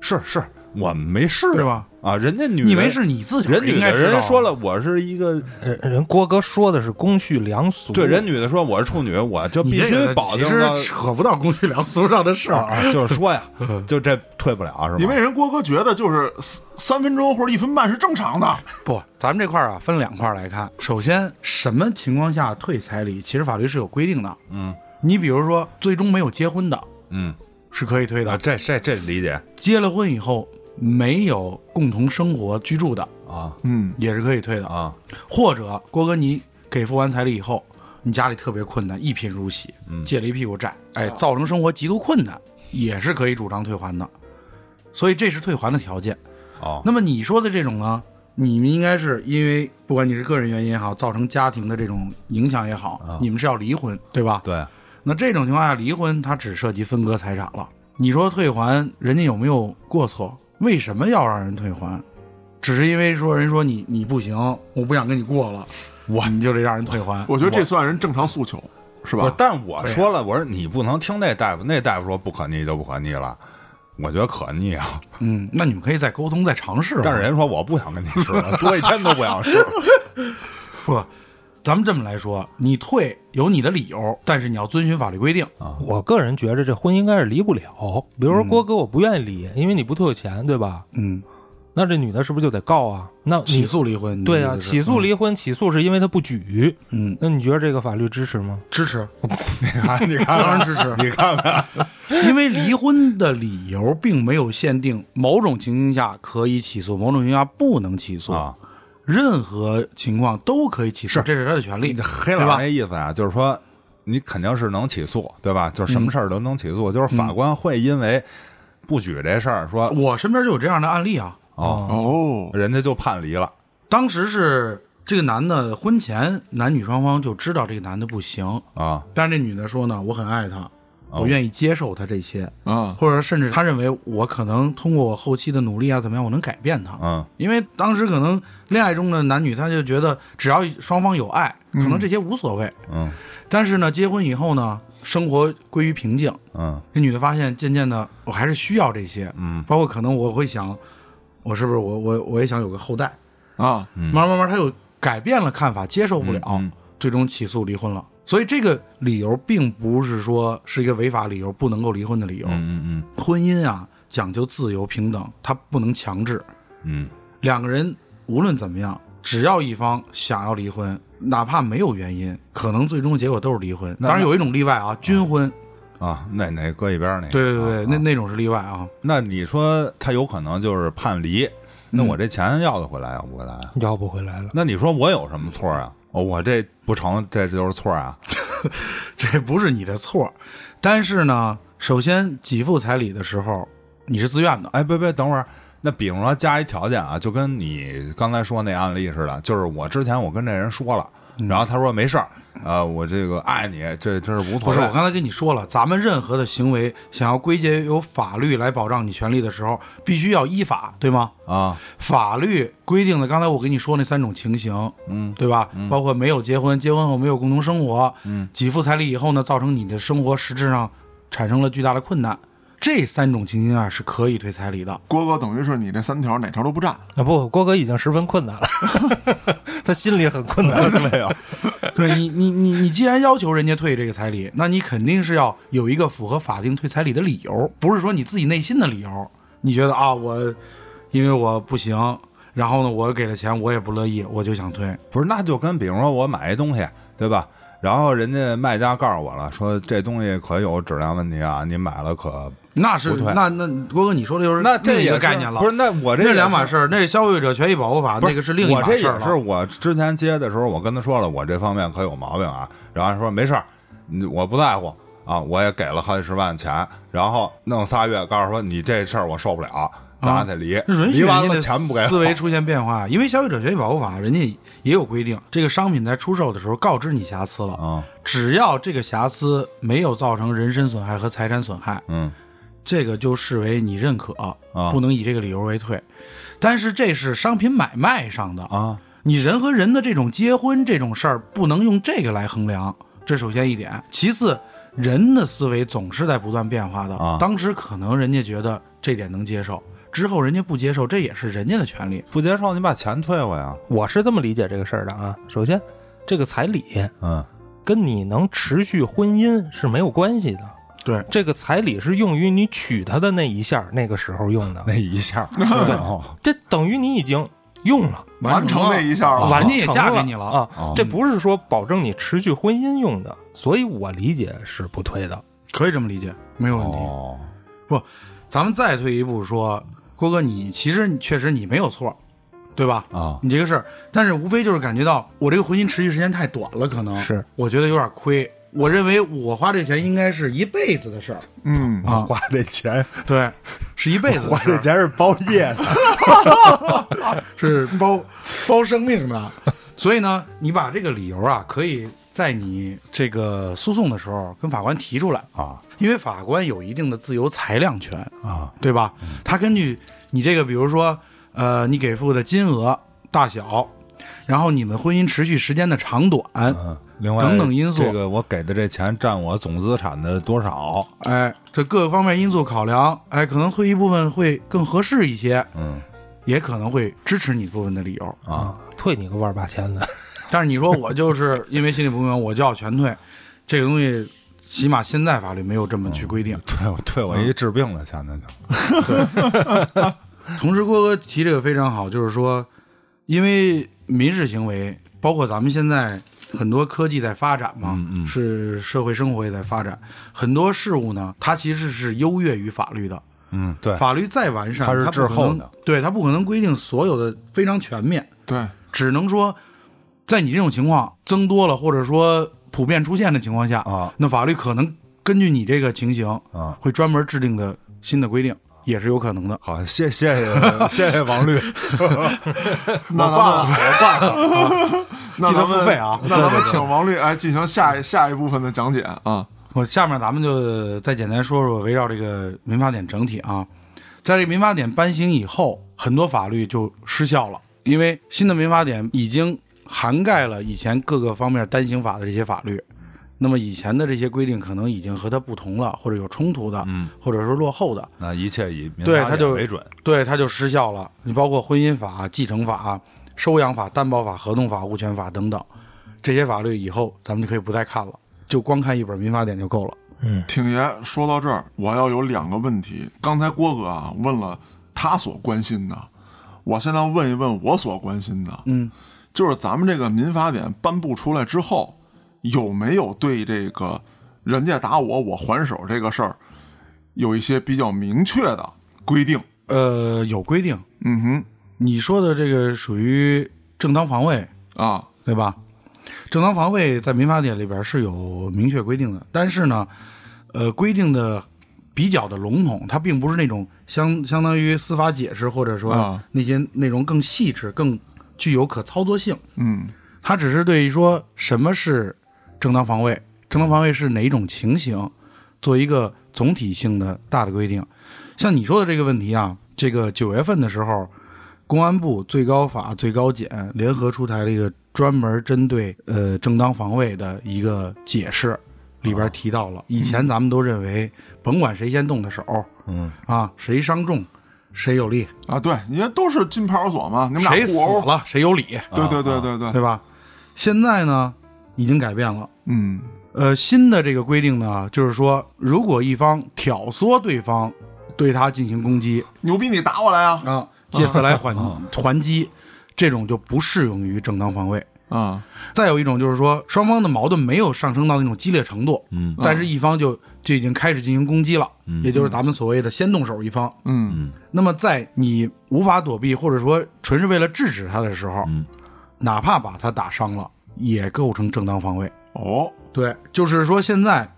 [SPEAKER 3] 是是，我们没事
[SPEAKER 4] 对吧？
[SPEAKER 3] 啊，人家女
[SPEAKER 4] 你
[SPEAKER 3] 的
[SPEAKER 4] 没事，你自己
[SPEAKER 3] 人女
[SPEAKER 4] 应该
[SPEAKER 3] 的
[SPEAKER 4] 知道啊
[SPEAKER 3] 人说了，我是一个
[SPEAKER 2] 人人郭哥说的是公序良俗，
[SPEAKER 3] 对人女的说我是处女，我就
[SPEAKER 4] 你
[SPEAKER 3] 必
[SPEAKER 4] 这
[SPEAKER 3] 须
[SPEAKER 4] 个
[SPEAKER 3] 保
[SPEAKER 4] 其
[SPEAKER 3] 证
[SPEAKER 4] 实
[SPEAKER 3] 到
[SPEAKER 4] 扯不到公序良俗上的事儿。
[SPEAKER 3] 啊，就是说呀，就这退不了是吧？
[SPEAKER 1] 你为人郭哥觉得就是三三分钟或者一分半是正常的，
[SPEAKER 4] 不，咱们这块儿啊，分两块儿来看。首先，什么情况下退彩礼，其实法律是有规定的。
[SPEAKER 3] 嗯
[SPEAKER 4] 你比如说，最终没有结婚的
[SPEAKER 3] 嗯
[SPEAKER 4] 是可以退
[SPEAKER 3] 啊，
[SPEAKER 4] 的，
[SPEAKER 3] 这这这理解
[SPEAKER 4] 结了婚以后没有共同生活居住的
[SPEAKER 3] 啊
[SPEAKER 1] 嗯
[SPEAKER 4] 也是可以退的。
[SPEAKER 3] 啊
[SPEAKER 4] 或者郭哥你给付完彩礼以后，你家里特别困难，一贫如洗，借了一屁股债，哎，造成生活极度困难，也是可以主张退还的。所以这是退还的条件。
[SPEAKER 3] 哦，
[SPEAKER 4] 那么你说的这种呢，你们应该是因为不管你是个人原因也好，造成家庭的这种影响也好，你们是要离婚，对吧？。
[SPEAKER 3] 对，
[SPEAKER 4] 那这种情况下，离婚它只涉及分割财产了。你说退还，人家有没有过错？为什么要让人退还？只是因为说人说你你不行，我不想跟你过了，我你就得让人退还。
[SPEAKER 1] 我觉得这算人正常诉求，是
[SPEAKER 3] 不是
[SPEAKER 1] 吧？？
[SPEAKER 3] 但是我说了，我说你不能听那大夫，那大夫说不可逆就不可逆了，我觉得可逆啊，
[SPEAKER 4] 嗯，那你们可以再沟通，再尝试嘛。
[SPEAKER 3] 但是人说我不想跟你试了， 多一天都不想试，
[SPEAKER 4] 不，咱们这么来说，你退有你的理由，但是你要遵循法律规定。
[SPEAKER 1] 啊
[SPEAKER 2] 我个人觉着这婚应该是离不了。比如说郭哥，我不愿意离，因为你不退我钱，对吧？
[SPEAKER 4] 嗯，
[SPEAKER 2] 那这女的是不是就得告啊？那你
[SPEAKER 4] 起诉离婚。
[SPEAKER 2] 对
[SPEAKER 4] 呀、
[SPEAKER 2] 啊，起诉离婚，起诉是因为他不举。
[SPEAKER 4] 嗯
[SPEAKER 2] 那你觉得这个法律支持吗？
[SPEAKER 4] 支持，啊
[SPEAKER 3] 你看你看，
[SPEAKER 4] 当然支持。
[SPEAKER 3] 你看看，
[SPEAKER 4] 因为离婚的理由并没有限定，某种情形下可以起诉，某种情况下不能起诉
[SPEAKER 3] 啊。
[SPEAKER 4] 任何情况都可以起诉，这是他的权利。
[SPEAKER 3] 黑老师那意思啊，就是说你肯定是能起诉，对吧？就是什么事儿都能起诉，就是法官会因为不举这事儿说
[SPEAKER 4] 我身边就有这样的案例啊，
[SPEAKER 3] 哦，
[SPEAKER 1] 哦，
[SPEAKER 3] 人家就判离了，
[SPEAKER 4] 当时是这个男的婚前男女双方就知道这个男的不行，
[SPEAKER 3] 啊
[SPEAKER 4] 但是这女的说呢，我很爱他，
[SPEAKER 3] 哦
[SPEAKER 4] 我愿意接受他这些，
[SPEAKER 1] 啊
[SPEAKER 4] 或者甚至他认为我可能通过我后期的努力啊，怎么样，我能改变他。
[SPEAKER 3] 嗯
[SPEAKER 4] 因为当时可能恋爱中的男女，他就觉得只要双方有爱，可能这些无所谓。
[SPEAKER 3] 嗯
[SPEAKER 4] 但是呢，结婚以后呢，生活归于平静。
[SPEAKER 3] 嗯
[SPEAKER 4] 这女的发现，渐渐的，我还是需要这些，
[SPEAKER 3] 嗯
[SPEAKER 4] 包括可能我会想，我是不是我我我也想有个后代？
[SPEAKER 1] 啊，
[SPEAKER 3] 嗯
[SPEAKER 4] 慢慢慢慢，她又改变了看法，接受不了，
[SPEAKER 3] 嗯嗯
[SPEAKER 4] 最终起诉离婚了。所以这个理由并不是说是一个违法理由，不能够离婚的理由。
[SPEAKER 3] 嗯嗯
[SPEAKER 4] 婚姻啊，讲究自由平等，它不能强制。
[SPEAKER 3] 嗯
[SPEAKER 4] 两个人无论怎么样，只要一方想要离婚，哪怕没有原因，可能最终结果都是离婚。当然有一种例外啊，军婚，
[SPEAKER 3] 嗯啊，那那搁一边儿那个，
[SPEAKER 4] 对对
[SPEAKER 3] 啊
[SPEAKER 4] 对，那那种是例外啊。
[SPEAKER 3] 那你说他有可能就是判离，那我这钱要得回来要不回来啊？
[SPEAKER 2] 要不回来了。
[SPEAKER 3] 那你说我有什么错啊？哦我这不成，这就是错啊！
[SPEAKER 4] 这不是你的错，但是呢，首先给付彩礼的时候，你是自愿的，
[SPEAKER 3] 哎，别别，等会儿，那比如说加一条件啊，就跟你刚才说那案例似的，就是我之前我跟这人说了，
[SPEAKER 4] 嗯
[SPEAKER 3] 然后他说没事儿，呃，我这个爱你，这这是无
[SPEAKER 4] 不
[SPEAKER 3] 所
[SPEAKER 4] 是，我
[SPEAKER 3] 谓。
[SPEAKER 4] 刚才跟你说了，咱们任何的行为想要归结由法律来保障你权利的时候，必须要依法，对吗？
[SPEAKER 3] 啊，
[SPEAKER 4] 法律规定的，刚才我跟你说那三种情形，嗯，对吧？包括没有结婚，结婚后没有共同生活，嗯，给付彩礼以后呢，造成你的生活实质上产生了巨大的困难，这三种情形啊是可以退彩礼 的。
[SPEAKER 1] 郭哥等于是你这三条哪条都不占，
[SPEAKER 2] 啊不，郭哥已经十分困 难了，他心里很困难。
[SPEAKER 3] 对呀，
[SPEAKER 4] 对你，你，你，你既然要求人家退这个彩礼，那你肯定是要有一个符合法定退彩礼的理由，不是说你自己内心的理由。你觉得啊，我因为我不行，然后呢，我给了钱，我也不乐意，我就想退。
[SPEAKER 3] 不是，那就跟比如说我买一东西，对吧？然后人家卖家告诉我了，说这东西可有质量问题啊，你买了可
[SPEAKER 4] 那是
[SPEAKER 3] 不退
[SPEAKER 4] 那那郭哥，你说的就是
[SPEAKER 3] 那这
[SPEAKER 4] 另一
[SPEAKER 3] 也
[SPEAKER 4] 个
[SPEAKER 3] 是
[SPEAKER 4] 概念了，
[SPEAKER 3] 不是？那我这
[SPEAKER 4] 那
[SPEAKER 3] 也
[SPEAKER 4] 是两
[SPEAKER 3] 是
[SPEAKER 4] 码事儿，那消费者权益保护法
[SPEAKER 3] 不
[SPEAKER 4] 啊那个是另一
[SPEAKER 3] 我
[SPEAKER 4] 码
[SPEAKER 3] 这
[SPEAKER 4] 事
[SPEAKER 3] 也
[SPEAKER 4] 儿
[SPEAKER 3] 是
[SPEAKER 4] 了。
[SPEAKER 3] 我之前接的时候，我跟他说了，我这方面可有毛病啊。然后他说没事儿，你我不在乎啊，我也给了好几十万钱，然后弄仨月，告诉说你这事儿我受不了，咱俩得离。
[SPEAKER 4] 啊允许
[SPEAKER 3] 离完
[SPEAKER 4] 人
[SPEAKER 3] 了
[SPEAKER 4] 家的
[SPEAKER 3] 钱不给我，
[SPEAKER 4] 思维出现变化，因为消费者权益保护法人家也有规定，这个商品在出售的时候告知你瑕疵了，
[SPEAKER 3] 啊，
[SPEAKER 4] 只要这个瑕疵没有造成人身损害和财产损害，
[SPEAKER 3] 嗯
[SPEAKER 4] 这个就视为你认可，
[SPEAKER 3] 啊
[SPEAKER 4] 不能以这个理由为退。但是这是商品买卖上的，
[SPEAKER 3] 啊，
[SPEAKER 4] 你人和人的这种结婚这种事儿，不能用这个来衡量，这首先一点。其次，人的思维总是在不断变化的。
[SPEAKER 3] 啊
[SPEAKER 4] 当时可能人家觉得这点能接受，之后人家不接受，这也是人家的权利。
[SPEAKER 3] 不接受你把钱退我呀，
[SPEAKER 2] 我是这么理解这个事儿的啊。首先，这个彩礼
[SPEAKER 4] 啊
[SPEAKER 3] 嗯
[SPEAKER 2] 跟你能持续婚姻是没有关系的。
[SPEAKER 4] 对，
[SPEAKER 2] 这个彩礼是用于你娶她的那一下儿，那个时候用的
[SPEAKER 3] 那，一下，哦
[SPEAKER 2] 这等于你已经用了，
[SPEAKER 1] 完成那一下了，
[SPEAKER 4] 完人家也
[SPEAKER 2] 成
[SPEAKER 4] 嫁给你了
[SPEAKER 2] 啊。
[SPEAKER 3] 哦
[SPEAKER 2] 这不是说保证你持续婚姻用的，所以我理解是不退的。
[SPEAKER 4] 可以这么理解，没有问题。
[SPEAKER 3] 哦，
[SPEAKER 4] 不，咱们再退一步说，郭哥你，其实你确实你没有错，对吧？
[SPEAKER 3] 啊
[SPEAKER 4] 你这个事儿，但是无非就是感觉到我这个婚姻持续时间太短了，可能
[SPEAKER 2] 是
[SPEAKER 4] 我觉得有点亏。我认为我花这钱应该是一辈子的事儿
[SPEAKER 1] 嗯，
[SPEAKER 4] 啊，
[SPEAKER 3] 花这钱，
[SPEAKER 4] 对，是一辈子的
[SPEAKER 3] 花
[SPEAKER 4] 事
[SPEAKER 3] 这
[SPEAKER 4] 儿，
[SPEAKER 3] 钱是包夜的，
[SPEAKER 4] 是包 包生命的。所以呢，你把这个理由啊，可以在你这个诉讼的时候跟法官提出来
[SPEAKER 3] 啊，
[SPEAKER 4] 因为法官有一定的自由裁量权，
[SPEAKER 3] 啊
[SPEAKER 4] 对吧？他根据你这个，比如说，呃，你给付的金额大小，然后你们婚姻持续时间的长短，
[SPEAKER 3] 嗯，另外
[SPEAKER 4] 等等因素
[SPEAKER 3] 这个我给的这钱占我总资产的多少？
[SPEAKER 4] 哎，这各个方面因素考量，哎，可能退一部分会更合适一些，
[SPEAKER 3] 嗯
[SPEAKER 4] 也可能会支持你部分的理由。
[SPEAKER 3] 啊，
[SPEAKER 2] 退你个万八千的，
[SPEAKER 4] 但是你说 我就是因为心理不平衡，我就要全退，这个东西起码现在法律没有这么去规定。
[SPEAKER 3] 退我退我一治病的钱那就嗯
[SPEAKER 4] 同时，郭哥提这个非常好，就是说，因为民事行为，包括咱们现在很多科技在发展嘛，
[SPEAKER 3] 嗯嗯
[SPEAKER 4] 是社会生活也在发展，很多事物呢，它其实是优越于法律的。
[SPEAKER 3] 嗯对
[SPEAKER 4] 法律再完善，
[SPEAKER 3] 它
[SPEAKER 4] 它
[SPEAKER 3] 是滞
[SPEAKER 4] 不可能
[SPEAKER 3] 后的
[SPEAKER 4] 对它不可能规定所有的非常全面，
[SPEAKER 1] 对，
[SPEAKER 4] 只能说，在你这种情况增多了，或者说普遍出现的情况下，
[SPEAKER 3] 啊
[SPEAKER 4] 那法律可能根据你这个情形，
[SPEAKER 3] 啊。
[SPEAKER 4] 会专门制定的新的规定，也是有可能的。
[SPEAKER 3] 好，谢谢谢谢谢王 律，
[SPEAKER 1] 那
[SPEAKER 3] 我
[SPEAKER 1] 咱们
[SPEAKER 3] 挂了，我挂 了。
[SPEAKER 1] 啊那
[SPEAKER 4] 记得
[SPEAKER 1] 咱们
[SPEAKER 4] 付费啊
[SPEAKER 1] 那咱们请王律哎进行下一下一部分的讲解啊，
[SPEAKER 4] 我下面咱们就再简单说说围绕这个民法典整体啊，在这个民法典颁行以后，很多法律就失效了，因为新的民法典已经涵盖了以前各个方面单行法的这些法律，那么以前的这些规定可能已经和它不同了，或者有冲突的，
[SPEAKER 3] 嗯，
[SPEAKER 4] 或者说落后的，
[SPEAKER 3] 那一切以民
[SPEAKER 4] 对
[SPEAKER 3] 法
[SPEAKER 4] 他
[SPEAKER 3] 典
[SPEAKER 4] 就
[SPEAKER 3] 为准。
[SPEAKER 4] 对它就失效了。你包括婚姻法、继承法、收养法、担保法、合同法、物权法等等这些法律，以后咱们就可以不再看了，就光看一本民法典就够了。
[SPEAKER 2] 嗯，
[SPEAKER 1] 挺爷说到这儿，我要有两个问题。刚才郭哥啊问了他所关心的，我现在要问一问我所关心的，
[SPEAKER 4] 嗯。
[SPEAKER 1] 就是咱们这个民法典颁布出来之后，有没有对这个人家打我我还手这个事儿有一些比较明确的规定？
[SPEAKER 4] 呃，有规定。
[SPEAKER 1] 嗯哼，
[SPEAKER 4] 你说的这个属于正当防卫，
[SPEAKER 1] 啊，
[SPEAKER 4] 对吧？正当防卫在民法典里边是有明确规定的，但是呢，呃，规定的比较的笼统，它并不是那种相相当于司法解释或者说
[SPEAKER 1] 啊
[SPEAKER 4] 那些内容更细致、更具有可操作性。
[SPEAKER 1] 嗯
[SPEAKER 4] 它只是对于说什么是正当防卫，正当防卫是哪种情形，做一个总体性的大的规定。像你说的这个问题啊，这个九月份的时候，公安部、最高法、最高检联合出台了一个专门针对呃正当防卫的一个解释，里
[SPEAKER 1] 啊
[SPEAKER 4] 边提到了，
[SPEAKER 1] 嗯
[SPEAKER 4] 以前咱们都认为，甭管谁先动的手
[SPEAKER 3] 嗯，
[SPEAKER 4] 啊，谁伤重，谁有利，
[SPEAKER 1] 啊，对，因为都是进派出所嘛，你们俩
[SPEAKER 4] 谁死
[SPEAKER 1] 互殴，
[SPEAKER 4] 了谁有理，
[SPEAKER 1] 对对对对对，
[SPEAKER 4] 对吧？现在呢，已经改变了。
[SPEAKER 1] 嗯
[SPEAKER 4] 呃，新的这个规定呢，就是说，如果一方挑唆对方对他进行攻击
[SPEAKER 1] 牛逼，你打我来啊！
[SPEAKER 4] 啊，借此来还还击，这种就不适用于正当防卫。
[SPEAKER 1] 啊，
[SPEAKER 4] 再有一种就是说，双方的矛盾没有上升到那种激烈程度，
[SPEAKER 3] 嗯
[SPEAKER 4] 但是一方就就已经开始进行攻击了，也就是咱们所谓的先动手一方。
[SPEAKER 1] 嗯
[SPEAKER 3] 嗯
[SPEAKER 4] 那么在你无法躲避或者说纯是为了制止他的时候，
[SPEAKER 3] 嗯
[SPEAKER 4] 哪怕把他打伤了，也构成正当防卫。
[SPEAKER 1] 哦，
[SPEAKER 4] 对，就是说现在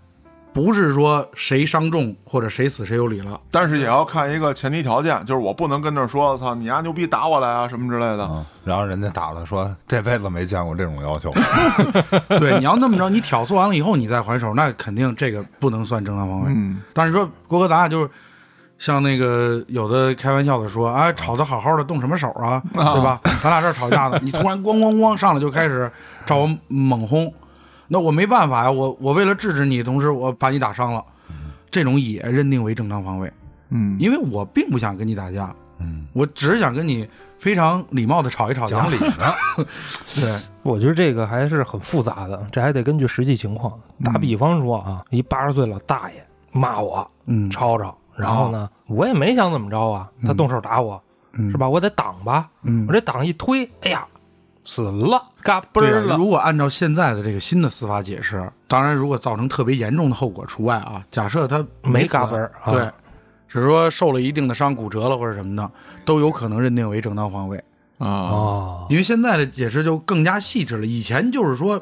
[SPEAKER 4] 不是说谁伤重或者谁死谁有理了，
[SPEAKER 1] 但是也要看一个前提条件，就是我不能跟这儿说，操你丫牛逼打我来啊什么之类的。
[SPEAKER 3] 啊，然后人家打了说这辈子没见过这种要求，
[SPEAKER 4] 对，你要那么着，你挑唆完了以后你再还手，那肯定这个不能算正当防卫。
[SPEAKER 1] 嗯
[SPEAKER 4] 但是说郭哥，咱俩就是像那个有的开玩笑的说，啊，吵得好好的，动什么手啊，对吧？咱俩这儿吵架呢，你突然咣咣咣上来就开始找我猛轰，那我没办法呀，我我为了制止你，同时我把你打伤了，这种也认定为正当防卫，
[SPEAKER 1] 嗯，
[SPEAKER 4] 因为我并不想跟你打架，
[SPEAKER 3] 嗯，
[SPEAKER 4] 我只是想跟你非常礼貌的吵一吵架
[SPEAKER 3] 讲，理呢，
[SPEAKER 4] 对，
[SPEAKER 2] 我觉得这个还是很复杂的，这还得根据实际情况。
[SPEAKER 4] 嗯
[SPEAKER 2] 打比方说啊，一八十岁老大爷骂我，
[SPEAKER 4] 嗯，哦
[SPEAKER 2] 吵吵，然后呢，我也没想怎么着啊，他动手打我，
[SPEAKER 4] 嗯
[SPEAKER 2] 是吧？我得挡吧，
[SPEAKER 4] 嗯
[SPEAKER 2] 我这挡一推，哎呀，死了，嘎嘣
[SPEAKER 4] 对
[SPEAKER 2] 儿
[SPEAKER 4] 啊
[SPEAKER 2] 了，
[SPEAKER 4] 如果按照现在的这个新的司法解释，当然如果造成特别严重的后果除外啊。假设他
[SPEAKER 2] 没
[SPEAKER 4] 死
[SPEAKER 2] 嘎嘣儿啊
[SPEAKER 4] 对，只是说受了一定的伤、骨折了或者什么的，都有可能认定为正当防卫。
[SPEAKER 1] 啊，
[SPEAKER 2] 哦，
[SPEAKER 4] 因为现在的解释就更加细致了，以前就是说，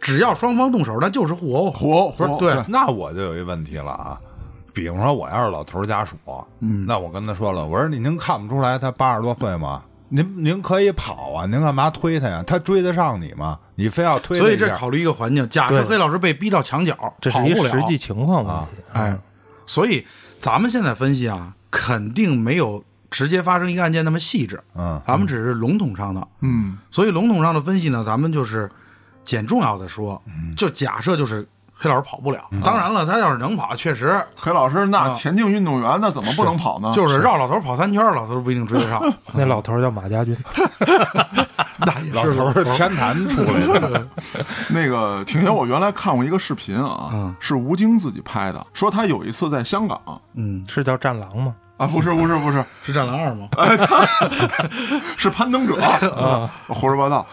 [SPEAKER 4] 只要双方动手，那就是互殴。
[SPEAKER 1] 互殴，
[SPEAKER 4] 不是
[SPEAKER 3] 哦
[SPEAKER 1] 互殴
[SPEAKER 4] 对
[SPEAKER 3] 那我就有一问题了啊。比方说，我要是老头儿家属，嗯，那我跟他说了，我说你您看不出来他八十多岁吗？您您可以跑啊，您干嘛推他呀？他追得上你吗？你非要推他
[SPEAKER 4] 所以
[SPEAKER 3] 一下，
[SPEAKER 4] 这考虑一个环境，假设
[SPEAKER 2] 对
[SPEAKER 4] 黑老师被逼到墙角，
[SPEAKER 2] 这是
[SPEAKER 4] 跑
[SPEAKER 2] 一
[SPEAKER 4] 不了
[SPEAKER 2] 实际情况问题。
[SPEAKER 4] 哎，所以咱们现在分析啊，肯定没有直接发生一个案件那么细致，
[SPEAKER 3] 嗯
[SPEAKER 4] 咱们只是笼统上的。
[SPEAKER 1] 嗯
[SPEAKER 4] 所以笼统上的分析呢，咱们就是捡重要的说，就假设就是黑老师跑不了。当然了，他要是能跑，确实
[SPEAKER 1] 黑老师，那田径运动员那怎么不能跑呢？
[SPEAKER 4] 啊就是绕老头跑三圈，老头不一定追得 上。
[SPEAKER 2] 那老头儿叫马家军，
[SPEAKER 4] 那也
[SPEAKER 3] 老
[SPEAKER 4] 是
[SPEAKER 3] 头儿是天坛出 来的，
[SPEAKER 1] 那个挺爷，我原来看过一个视频啊，是吴京自己拍的，说他有一次在香港
[SPEAKER 4] 嗯，
[SPEAKER 2] 是叫战狼吗？
[SPEAKER 1] 啊，不是不是不是，
[SPEAKER 4] 是战狼二吗？
[SPEAKER 1] 是攀登者，啊 胡说八道。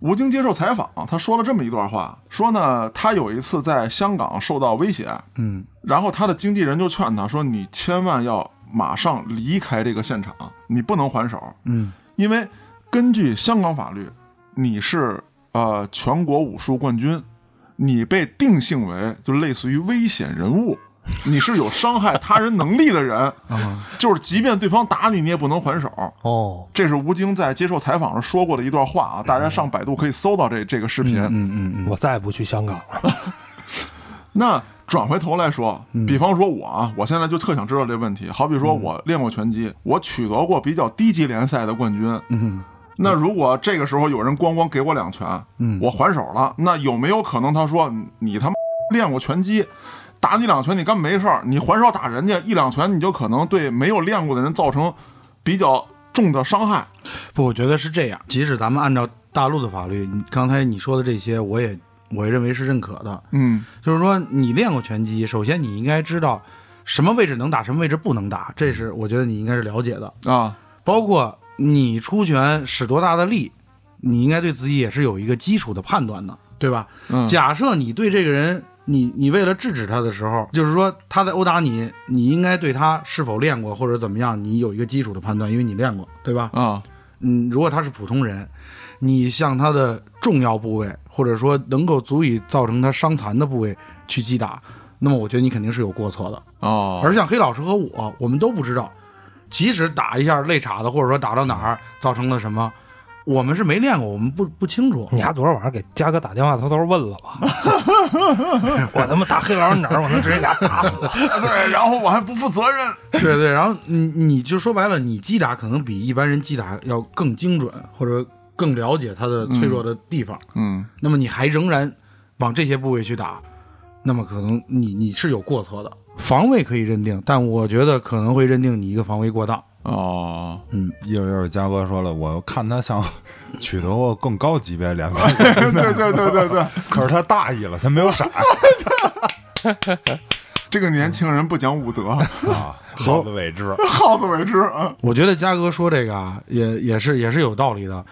[SPEAKER 1] 吴京接受采访，他说了这么一段话，说呢，他有一次在香港受到威胁，
[SPEAKER 4] 嗯
[SPEAKER 1] 然后他的经纪人就劝他说：“你千万要马上离开这个现场，你不能还手，
[SPEAKER 4] 嗯
[SPEAKER 1] 因为根据香港法律，你是呃全国武术冠军，你被定性为就类似于危险人物，你是有伤害他人能力的人，就是即便对方打你，你也不能还手。”
[SPEAKER 2] 哦，
[SPEAKER 1] 这是吴京在接受采访时说过的一段话啊，大家上百度可以搜到这这个视频。
[SPEAKER 4] 嗯嗯
[SPEAKER 2] 我再也不去香港了。
[SPEAKER 1] 那转回头来说，
[SPEAKER 4] 嗯
[SPEAKER 1] 比方说我啊，我现在就特想知道这问题。好比说我练过拳击，我取得过比较低级联赛的冠军。
[SPEAKER 4] 嗯
[SPEAKER 1] 那如果这个时候有人咣咣给我两拳，
[SPEAKER 4] 嗯
[SPEAKER 1] 我还手了，那有没有可能他说你他妈练过拳击，打你两拳你根本没事儿，你还手打人家一两拳，你就可能对没有练过的人造成比较重的伤害？
[SPEAKER 4] 嗯，不，我觉得是这样。即使咱们按照大陆的法律，你刚才你说的这些，我也我也认为是认可的。
[SPEAKER 1] 嗯
[SPEAKER 4] 就是说，你练过拳击，首先你应该知道什么位置能打，什么位置不能打，这是我觉得你应该是了解的。
[SPEAKER 1] 啊，
[SPEAKER 4] 包括你出拳使多大的力，你应该对自己也是有一个基础的判断的，对吧？
[SPEAKER 1] 嗯
[SPEAKER 4] 假设你对这个人，你你为了制止他的时候，就是说他在殴打你，你应该对他是否练过或者怎么样，你有一个基础的判断，因为你练过，对吧？
[SPEAKER 1] 啊
[SPEAKER 4] 嗯，如果他是普通人，你向他的重要部位，或者说能够足以造成他伤残的部位去击打，那么我觉得你肯定是有过错的。
[SPEAKER 1] 哦，
[SPEAKER 4] 而像黑老师和我，我们都不知道，即使打一下肋叉子，或者说打到哪儿造成了什么，我们是没练过，我们不不 清楚
[SPEAKER 2] 你。丫昨儿晚上给嘉哥打电话，偷偷问了吧？ 我他妈打黑老师哪儿，我能直接给他打死。
[SPEAKER 1] 对，然后我还不负责任。
[SPEAKER 4] 对对，然后你你就说白了，你击打可能比一般人击打要更精准，或者更了解他的脆弱的地方。
[SPEAKER 1] 嗯
[SPEAKER 4] 那么你还仍然往这些部位去打，那么可能你你是有过错的。防卫可以认定，但我觉得可能会认定你一个防卫过当。
[SPEAKER 1] 哦，
[SPEAKER 3] 一会儿一会儿嘉哥说了，我看他像 取得过更高级别联 赛，
[SPEAKER 1] 对对对对对，
[SPEAKER 3] 可是他大意了，他没有闪。
[SPEAKER 1] 这个年轻人不讲武 德，
[SPEAKER 3] 啊，好自为之。
[SPEAKER 1] 好自为之啊！
[SPEAKER 4] 我觉得嘉哥说这个啊，也也是也是有道理的。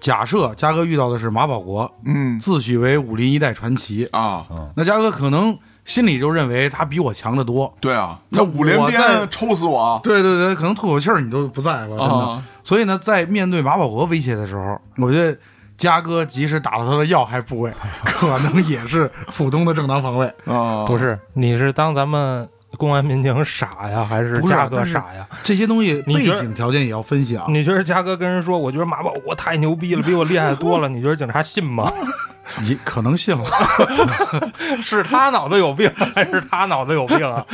[SPEAKER 4] 假设嘉哥遇到的是马保国，
[SPEAKER 1] 嗯
[SPEAKER 4] 自诩为武林一代传奇，
[SPEAKER 1] 啊，
[SPEAKER 4] 那嘉哥可能心里就认为他比我强得多。
[SPEAKER 1] 对啊，
[SPEAKER 4] 那
[SPEAKER 1] 那五连
[SPEAKER 4] 我在
[SPEAKER 1] 鞭抽死我啊！
[SPEAKER 4] 对对对，可能吐口气儿你都不在了，真的。
[SPEAKER 1] 啊
[SPEAKER 4] 所以呢，在面对马保国威胁的时候，我觉得嘉哥即使打了他的要害部 位，可能也是普通的正当防卫。
[SPEAKER 1] 啊，
[SPEAKER 2] 不是，你是当咱们公安民警傻呀，还是
[SPEAKER 4] 不是
[SPEAKER 2] 嘉哥
[SPEAKER 4] 但是
[SPEAKER 2] 傻呀？
[SPEAKER 4] 这些东西
[SPEAKER 2] 你
[SPEAKER 4] 背
[SPEAKER 2] 觉得嗯
[SPEAKER 4] 景条件也要分析啊。
[SPEAKER 2] 你觉得嘉哥跟人说，我觉得马保国太牛逼了，比我厉害多了，你觉得警察信吗？
[SPEAKER 4] 你可能信了，
[SPEAKER 2] 是他脑子 有病，还是他脑子有病啊？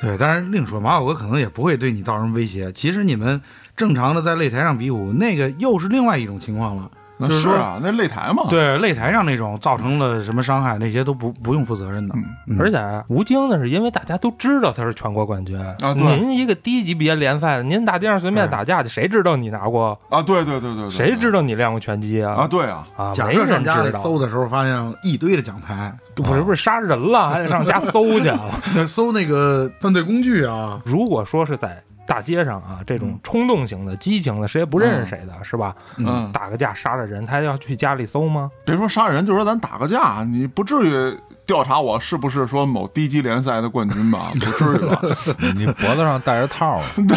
[SPEAKER 4] 对，当然另说，马保国可能也不会对你造成威胁。其实你们正常的在擂台上比武，那个又是另外一种情况了。
[SPEAKER 1] 那
[SPEAKER 4] 就是
[SPEAKER 1] 是
[SPEAKER 4] 说
[SPEAKER 1] 啊，那擂台嘛，
[SPEAKER 4] 对，擂台上那种造成了什么伤害，那些都不不用负责任的。嗯
[SPEAKER 2] 而且啊吴京呢，是因为大家都知道他是全国冠军
[SPEAKER 1] 对
[SPEAKER 2] 您一个低级别联赛的，您大街上随便打架去，谁知道你拿过？
[SPEAKER 1] 啊，对对对对对，
[SPEAKER 2] 谁知
[SPEAKER 1] 道
[SPEAKER 2] 道你练过拳击嗯啊？
[SPEAKER 1] 啊？对啊，
[SPEAKER 2] 啊，
[SPEAKER 4] 假
[SPEAKER 2] 没
[SPEAKER 4] 设上
[SPEAKER 2] 人
[SPEAKER 4] 家
[SPEAKER 2] 知
[SPEAKER 4] 里
[SPEAKER 2] 道。
[SPEAKER 4] 搜的时候，发现一堆的奖牌，
[SPEAKER 2] 不是不是杀人了，还得上家搜去。啊
[SPEAKER 4] 那搜那个犯罪工具啊，
[SPEAKER 2] 如果说是在大街上啊，这
[SPEAKER 4] 嗯
[SPEAKER 2] 种冲动型的、激情的，谁也不认识谁的，是吧？
[SPEAKER 1] 嗯，
[SPEAKER 2] 打个架杀了人，他要去家里搜吗？
[SPEAKER 1] 别说杀人，就说咱打个架，你不至于调查我是不是说某低级联赛的冠军吧？不至于 吧？
[SPEAKER 3] 你脖子上戴着套呢，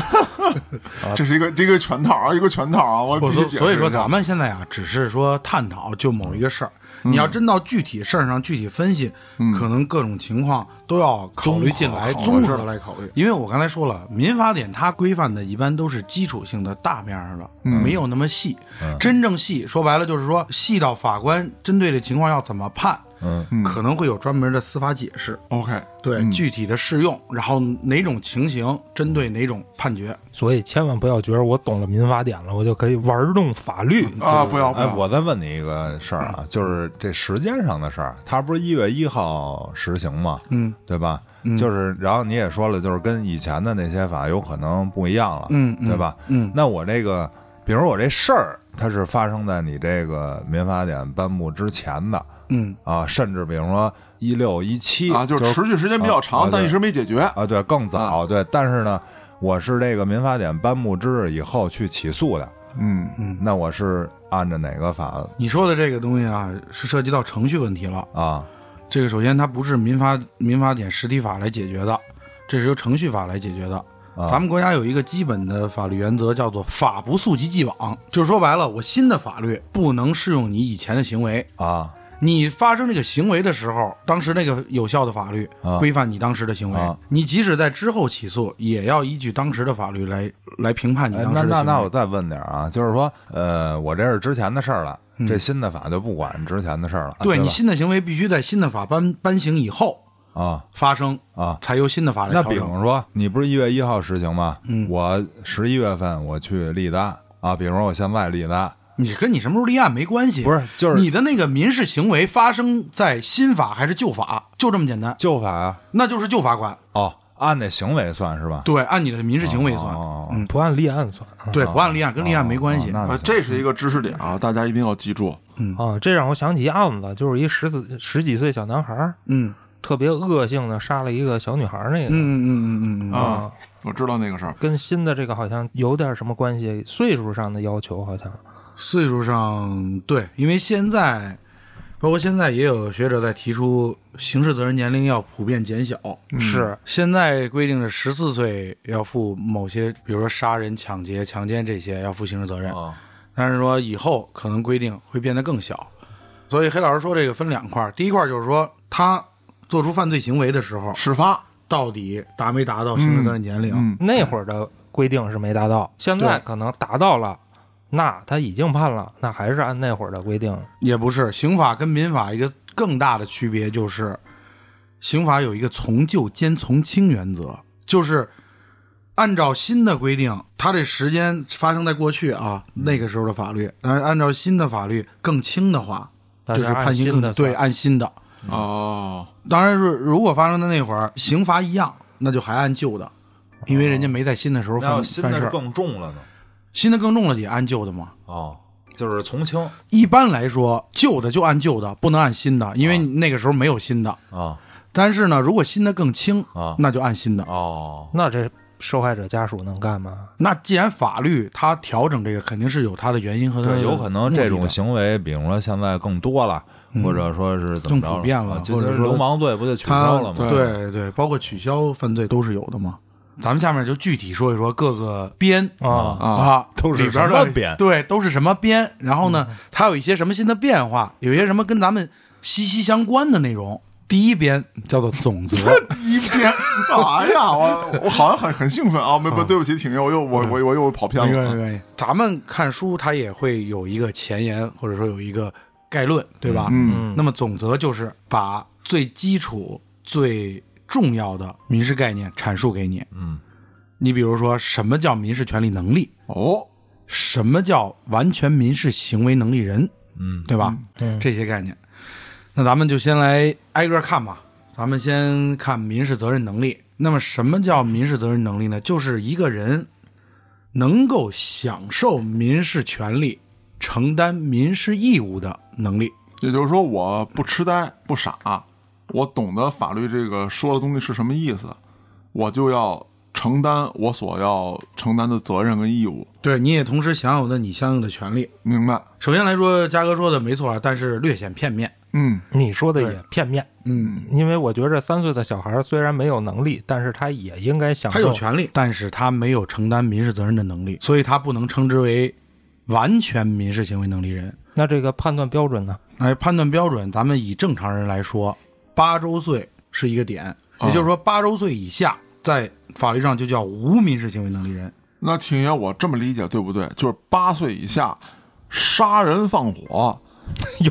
[SPEAKER 1] 这是一个这个全套啊，一个全套啊！我必
[SPEAKER 4] 我
[SPEAKER 1] 须
[SPEAKER 4] 说，
[SPEAKER 1] 解释
[SPEAKER 4] 啊所以说
[SPEAKER 1] 一下
[SPEAKER 4] 咱们现在啊，只是说探讨就某一个事儿。你要真到具体事儿上具体分析，可能各种情况都要考虑进来，
[SPEAKER 1] 哦
[SPEAKER 4] 综合来考虑。因为我刚才说了，民法典它规范的一般都是基础性的大面上的，没有那么细。真正细，说白了就是说细到法官针对这情况要怎么判，
[SPEAKER 3] 嗯，
[SPEAKER 4] 可能会有专门的司法解释，
[SPEAKER 1] OK，
[SPEAKER 4] 对、具体的适用，然后哪种情形针对哪种判决。
[SPEAKER 2] 所以千万不要觉得我懂了民法典了，我就可以玩弄法律。
[SPEAKER 1] 啊，不要不
[SPEAKER 3] 哎，
[SPEAKER 1] 要，
[SPEAKER 3] 我再问你一个事儿啊，就是这时间上的事儿，它不是一月一号实行吗？
[SPEAKER 4] 嗯，
[SPEAKER 3] 对吧？就是，然后你也说了，就是跟以前的那些法有可能不一样了，
[SPEAKER 4] 嗯嗯
[SPEAKER 3] 对吧？
[SPEAKER 4] 嗯
[SPEAKER 3] 那我这个，比如我这事儿，它是发生在你这个民法典颁布之前的
[SPEAKER 4] 嗯，
[SPEAKER 3] 啊，甚至比如说一六一七
[SPEAKER 1] 啊，就是持续时间比较
[SPEAKER 3] 啊
[SPEAKER 1] 长，但一直没解决
[SPEAKER 3] 啊，对，更早，对，但是呢，我是这个民法典颁布之日以后去起诉的，
[SPEAKER 1] 嗯
[SPEAKER 3] 那我是按照哪个法
[SPEAKER 4] 你说的这个东西啊，是涉及到程序问题了。
[SPEAKER 3] 啊？
[SPEAKER 4] 这个首先它不是民法民法典实体法来解决的，这是由程序法来解决的。
[SPEAKER 3] 啊
[SPEAKER 4] 咱们国家有一个基本的法律原则，叫做“法不溯及既往”，就是说白了，我新的法律不能适用你以前的行为。
[SPEAKER 3] 啊
[SPEAKER 4] 你发生这个行为的时候，当时那个有效的法律
[SPEAKER 3] 啊
[SPEAKER 4] 规范你当时的行为，
[SPEAKER 3] 啊
[SPEAKER 4] 你即使在之后起诉，也要依据当时的法律来来评判你
[SPEAKER 3] 哎
[SPEAKER 4] 当
[SPEAKER 3] 那
[SPEAKER 4] 时的行为。
[SPEAKER 3] 那那我再问点儿啊，就是说，呃，我这是之前的事儿了，这新的法就不管之前的事儿了，
[SPEAKER 4] 对
[SPEAKER 3] 吧
[SPEAKER 4] 你新的行为必须在新的法颁颁行以后
[SPEAKER 3] 啊
[SPEAKER 4] 发生，
[SPEAKER 3] 啊。
[SPEAKER 4] 才由新的法律
[SPEAKER 3] 那
[SPEAKER 4] 调
[SPEAKER 3] 比
[SPEAKER 4] 整。
[SPEAKER 3] 如说，你不是一月一号实行吗？我十一月份我去立单啊，比如说我现在立单，
[SPEAKER 4] 你跟你什么时候立案没关系，
[SPEAKER 3] 不是就是
[SPEAKER 4] 你的那个民事行为发生在新法还是旧法，就这么简单，
[SPEAKER 3] 旧法啊，
[SPEAKER 4] 那就是旧法管。
[SPEAKER 3] 哦，按那行为算是吧？
[SPEAKER 4] 对，按你的民事行为算，
[SPEAKER 3] 哦
[SPEAKER 4] 嗯，
[SPEAKER 2] 不按立案算啊
[SPEAKER 4] 对，不按立案，跟立案没关系。
[SPEAKER 3] 那
[SPEAKER 1] 啊，这是一个知识点啊，大家一定要记住。
[SPEAKER 2] 啊！这让我想起一案子，就是一十四十几岁小男孩儿
[SPEAKER 4] 嗯
[SPEAKER 2] 特别恶性的杀了一个小女孩儿那个、
[SPEAKER 4] 嗯嗯嗯嗯嗯嗯，
[SPEAKER 1] 啊，我知道那个事儿，
[SPEAKER 2] 跟新的这个好像有点什么关系，岁数上的要求好像
[SPEAKER 4] 岁数上对，因为现在。包括现在也有学者在提出，刑事责任年龄要普遍减小。
[SPEAKER 3] 嗯
[SPEAKER 4] 嗯
[SPEAKER 2] 是
[SPEAKER 4] 现在规定是十四岁要负某些，比如说杀人、抢劫、强奸这些要负刑事责任。
[SPEAKER 3] 啊
[SPEAKER 4] 但是说以后可能规定会变得更小。所以黑老师说这个分两块儿，第一块儿就是说他做出犯罪行为的时候，
[SPEAKER 1] 事发
[SPEAKER 4] 到底达没达到刑事责任年龄？
[SPEAKER 1] 嗯
[SPEAKER 2] 那会儿的规定是没达到，现在可能达到了，那他已经判了，那还是按那会儿的规定。
[SPEAKER 4] 也不是，刑法跟民法一个更大的区别就是，刑法有一个从旧兼从轻原则，就是按照新的规定，它这时间发生在过去啊
[SPEAKER 2] 嗯
[SPEAKER 4] 那个时候的法律，但是按照新的法律更轻的话，
[SPEAKER 2] 但
[SPEAKER 4] 就是是
[SPEAKER 2] 按
[SPEAKER 4] 判刑
[SPEAKER 2] 新
[SPEAKER 4] 更
[SPEAKER 2] 的
[SPEAKER 4] 对，
[SPEAKER 2] 算
[SPEAKER 4] 按新的。
[SPEAKER 1] 哦，
[SPEAKER 4] 当然是如果发生在那会儿，刑罚一样，那就还按旧的，因为人家没在新的时候
[SPEAKER 3] 那
[SPEAKER 4] 犯、
[SPEAKER 3] 要
[SPEAKER 4] 犯
[SPEAKER 3] 新
[SPEAKER 4] 事
[SPEAKER 3] 的是
[SPEAKER 4] 儿，
[SPEAKER 3] 更重了呢？
[SPEAKER 4] 新的更重了也按旧的嘛。
[SPEAKER 3] 哦，就是从轻
[SPEAKER 4] 一般来说，旧的就按旧的，不能按新的，因为那个时候没有新的。
[SPEAKER 3] 啊
[SPEAKER 4] 但是呢，如果新的更轻
[SPEAKER 3] 啊
[SPEAKER 4] 那就按新的。
[SPEAKER 3] 哦，
[SPEAKER 2] 那这受害者家属能干嘛？
[SPEAKER 4] 那既然法律它调整这个肯定是有它的原因和它的
[SPEAKER 3] 对，有可能这
[SPEAKER 4] 目的
[SPEAKER 3] 种
[SPEAKER 4] 的
[SPEAKER 3] 行为，比如说现在更多了，或者说是怎么着
[SPEAKER 4] 嗯更普遍了
[SPEAKER 3] 啊就
[SPEAKER 4] 或者
[SPEAKER 3] 是
[SPEAKER 4] 说
[SPEAKER 3] 流氓罪不就取
[SPEAKER 4] 它
[SPEAKER 3] 消了吗？
[SPEAKER 4] 对对，包括取消犯罪都是有的嘛。咱们下面就具体说一说各个编
[SPEAKER 2] 啊
[SPEAKER 1] 嗯
[SPEAKER 4] 啊，
[SPEAKER 3] 都是
[SPEAKER 4] 里边
[SPEAKER 3] 什
[SPEAKER 4] 嗯
[SPEAKER 3] 么
[SPEAKER 4] 的
[SPEAKER 3] 编
[SPEAKER 4] 对，都是什么编？然后呢，它有一些什么新的变化，有一些什么跟咱们息息相关的内容。第一编叫做总 则，
[SPEAKER 1] 一边干嘛呀？我我好像很很兴奋啊！没不，对不起，挺又又我我我又跑偏
[SPEAKER 4] 嗯没关
[SPEAKER 1] 了。
[SPEAKER 4] 系，
[SPEAKER 1] 啊
[SPEAKER 4] 没关系。咱们看书，它也会有一个前言，或者说有一个概论，对吧？
[SPEAKER 1] 嗯
[SPEAKER 4] 那么总则就是把最基础、最重要的民事概念阐述给你。
[SPEAKER 3] 嗯，
[SPEAKER 4] 你比如说，什么叫民事权利能力？
[SPEAKER 1] 哦，
[SPEAKER 4] 什么叫完全民事行为能力人？
[SPEAKER 3] 嗯，
[SPEAKER 4] 对吧？
[SPEAKER 2] 嗯
[SPEAKER 4] 这些概念，那咱们就先来挨个看吧。咱们先看民事责任能力。那么，什么叫民事责任能力呢？就是一个人能够享受民事权利、承担民事义务的能力。
[SPEAKER 1] 也就是说我不痴呆不傻，我懂得法律这个说的东西是什么意思，我就要承担我所要承担的责任跟义务。
[SPEAKER 4] 对，你也同时享有的你相应的权利。
[SPEAKER 1] 明白？
[SPEAKER 4] 首先来说，嘉哥说的没错啊，但是略显片面。
[SPEAKER 1] 嗯
[SPEAKER 2] 你说的也片面，
[SPEAKER 1] 嗯，
[SPEAKER 2] 因为我觉着三岁的小孩虽然没有能力，但是他也应该享受。
[SPEAKER 4] 他有权利，但是他没有承担民事责任的能力，所以他不能称之为完全民事行为能力人。
[SPEAKER 2] 那这个判断标准呢？
[SPEAKER 4] 哎，判断标准，咱们以正常人来说，八周岁是一个点，也就是说，八周岁以下，在法律上就叫无民事行为能力人。
[SPEAKER 1] 那挺爷，我这么理解对不对？就是八岁以下杀人放火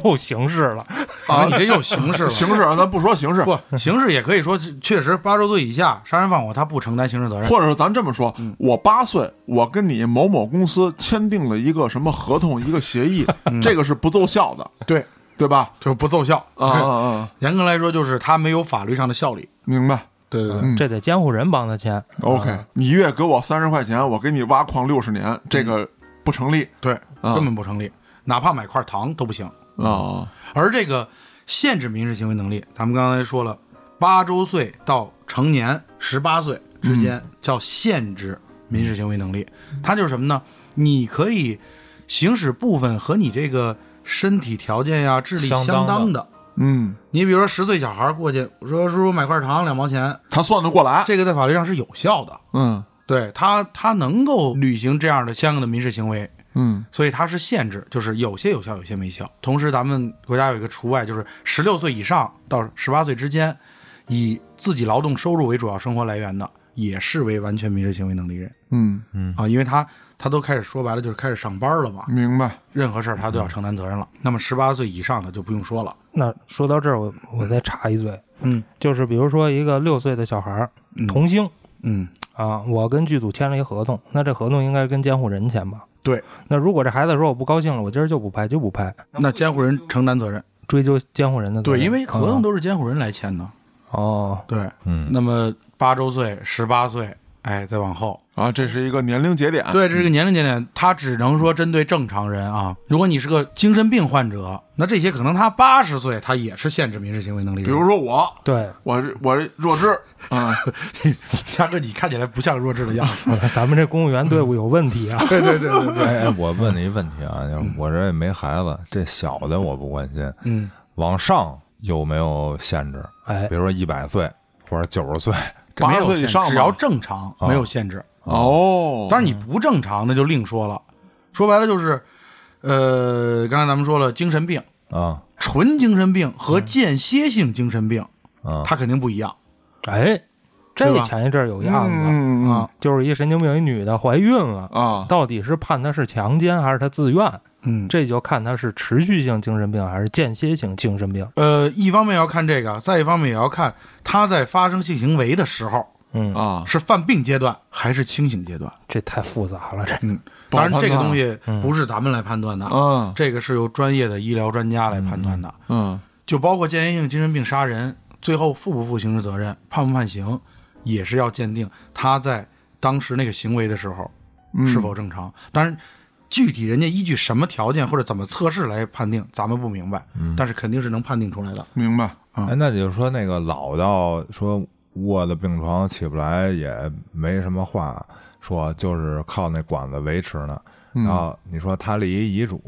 [SPEAKER 2] 又刑事了，
[SPEAKER 4] 啊，你这又 刑事了。
[SPEAKER 1] 刑事，啊咱不说刑事，
[SPEAKER 4] 不，刑事也可以说，确实八周岁以下杀人放火，他不承担刑事责任。
[SPEAKER 1] 或者是咱这么说，
[SPEAKER 4] 嗯
[SPEAKER 1] 我八岁，我跟你某某公司签订了一个什么合同、一个协议，
[SPEAKER 4] 嗯
[SPEAKER 1] 这个是不奏效的，
[SPEAKER 4] 对，
[SPEAKER 1] 对吧？
[SPEAKER 4] 就不奏效
[SPEAKER 1] 啊啊！啊！
[SPEAKER 4] 严格来说，就是他没有法律上的效力。
[SPEAKER 1] 明白。
[SPEAKER 4] 对对
[SPEAKER 1] 嗯
[SPEAKER 2] 这得监护人帮他签。
[SPEAKER 4] 嗯
[SPEAKER 1] OK，你月给我三十块钱，我给你挖矿六十年，这个不成立
[SPEAKER 4] 对，
[SPEAKER 1] 啊
[SPEAKER 4] 根本不成立，哪怕买块糖都不行。
[SPEAKER 1] 啊。
[SPEAKER 4] 而这个限制民事行为能力，咱们刚才说了，八周岁到成年十八岁
[SPEAKER 3] 嗯
[SPEAKER 4] 之间叫限制民事行为能力，它就是什么呢？你可以行使部分和你这个身体条件呀、智力
[SPEAKER 3] 相
[SPEAKER 4] 相
[SPEAKER 3] 当的
[SPEAKER 4] 当的。
[SPEAKER 1] 嗯，
[SPEAKER 4] 你比如说十岁小孩过去，我说叔叔买块糖两毛钱，
[SPEAKER 1] 他算得过来。
[SPEAKER 4] 这个在法律上是有效的，
[SPEAKER 1] 嗯
[SPEAKER 4] 对他他能够履行这样的相应的民事行为，
[SPEAKER 1] 嗯
[SPEAKER 4] 所以它是限制，就是有些有效，有些没效。同时，咱们国家有一个除外，就是十六岁以上到十八岁之间，以自己劳动收入为主要生活来源的，也视为完全民事行为能力人
[SPEAKER 1] 嗯，嗯
[SPEAKER 4] 啊，因为他他都开始说白了就是开始上班了嘛，
[SPEAKER 1] 明白。
[SPEAKER 4] 任何事儿他都要承担责任了。那么十八岁以上的就不用说了，
[SPEAKER 2] 那说到这儿，我我再插一嘴，
[SPEAKER 4] 嗯
[SPEAKER 2] 就是比如说一个六岁的小孩儿
[SPEAKER 4] 嗯
[SPEAKER 2] 童星
[SPEAKER 4] 嗯，
[SPEAKER 2] 啊，我跟剧组签了一合同，那这合同应该跟监护人签吧？
[SPEAKER 4] 对，
[SPEAKER 2] 那如果这孩子说我不高兴了，我今儿就不拍，就不拍，
[SPEAKER 4] 那监护人承担责任，
[SPEAKER 2] 追究监护人的责
[SPEAKER 4] 对，
[SPEAKER 2] 任。
[SPEAKER 4] 因为合同
[SPEAKER 2] 嗯
[SPEAKER 4] 都是监护人来签的，
[SPEAKER 2] 哦，
[SPEAKER 4] 对。
[SPEAKER 3] 嗯，
[SPEAKER 4] 那么八周岁、十八岁，哎，再往后，
[SPEAKER 1] 啊，这是一个年龄节点。
[SPEAKER 4] 对，这是个年龄节点，他只能说针对正常人啊。如果你是个精神病患者，那这些可能他八十岁，他也是限制民事行为能力人。
[SPEAKER 1] 比如说我，
[SPEAKER 2] 对，
[SPEAKER 1] 我我弱智啊，
[SPEAKER 4] 嘉哥，你看起来不像弱智的样 子。
[SPEAKER 2] 咱们这公务员队伍有问题啊。
[SPEAKER 4] 对对对对对，
[SPEAKER 3] 哎，哎我问你一问题 啊，就是我这也没孩子，这小的我不关心，
[SPEAKER 4] 嗯，
[SPEAKER 3] 往上有没有限制？
[SPEAKER 2] 哎
[SPEAKER 3] 比，如说一百岁或者九十岁，这
[SPEAKER 1] 八十岁以上
[SPEAKER 4] 只要正常，没有限制。
[SPEAKER 1] 哦，
[SPEAKER 4] 当然你不正常，那就另说了。说白了就是，呃，刚才咱们说了，精神病、
[SPEAKER 3] 啊
[SPEAKER 4] 纯精神病和间歇性精神病，
[SPEAKER 3] 啊，
[SPEAKER 4] 它肯定不一样
[SPEAKER 2] 哎，
[SPEAKER 4] 对
[SPEAKER 2] 这
[SPEAKER 4] 吧
[SPEAKER 2] 前一阵儿有一案子，
[SPEAKER 1] 嗯嗯
[SPEAKER 4] 啊。
[SPEAKER 2] 就是一神经病一女的怀孕了，
[SPEAKER 1] 啊，
[SPEAKER 2] 到底是判她是强奸还是她自愿？
[SPEAKER 4] 嗯，
[SPEAKER 2] 这就看她是持续性精神病还是间歇性精神病。
[SPEAKER 4] 呃，一方面要看这个，再一方面也要看他在发生性行为的时候，
[SPEAKER 2] 嗯，
[SPEAKER 1] 啊，
[SPEAKER 4] 是犯病阶段还是清醒阶段？
[SPEAKER 2] 这太复杂了，这
[SPEAKER 4] 嗯，
[SPEAKER 1] 不好
[SPEAKER 4] 当然这个
[SPEAKER 1] 判断啊
[SPEAKER 4] 东西不是咱们来判断的，啊
[SPEAKER 1] 嗯
[SPEAKER 4] 这个是由专业的医疗专家来判断的，
[SPEAKER 1] 嗯
[SPEAKER 4] 就包括间歇性精神病杀人，最后负不负刑事责任、判不判刑，也是要鉴定他在当时那个行为的时候
[SPEAKER 1] 嗯
[SPEAKER 4] 是否正常。当然，具体人家依据
[SPEAKER 1] 嗯
[SPEAKER 4] 什么条件或者怎么测试来判定，咱们不明白，但是肯定是能判定出来的。
[SPEAKER 1] 明白。
[SPEAKER 3] 哎，那你就说那个老到说卧在病床起不来也没什么话说，就是靠那管子维持呢。
[SPEAKER 1] 嗯
[SPEAKER 4] 嗯
[SPEAKER 3] 然
[SPEAKER 4] 啊
[SPEAKER 3] 后啊你说他立遗嘱，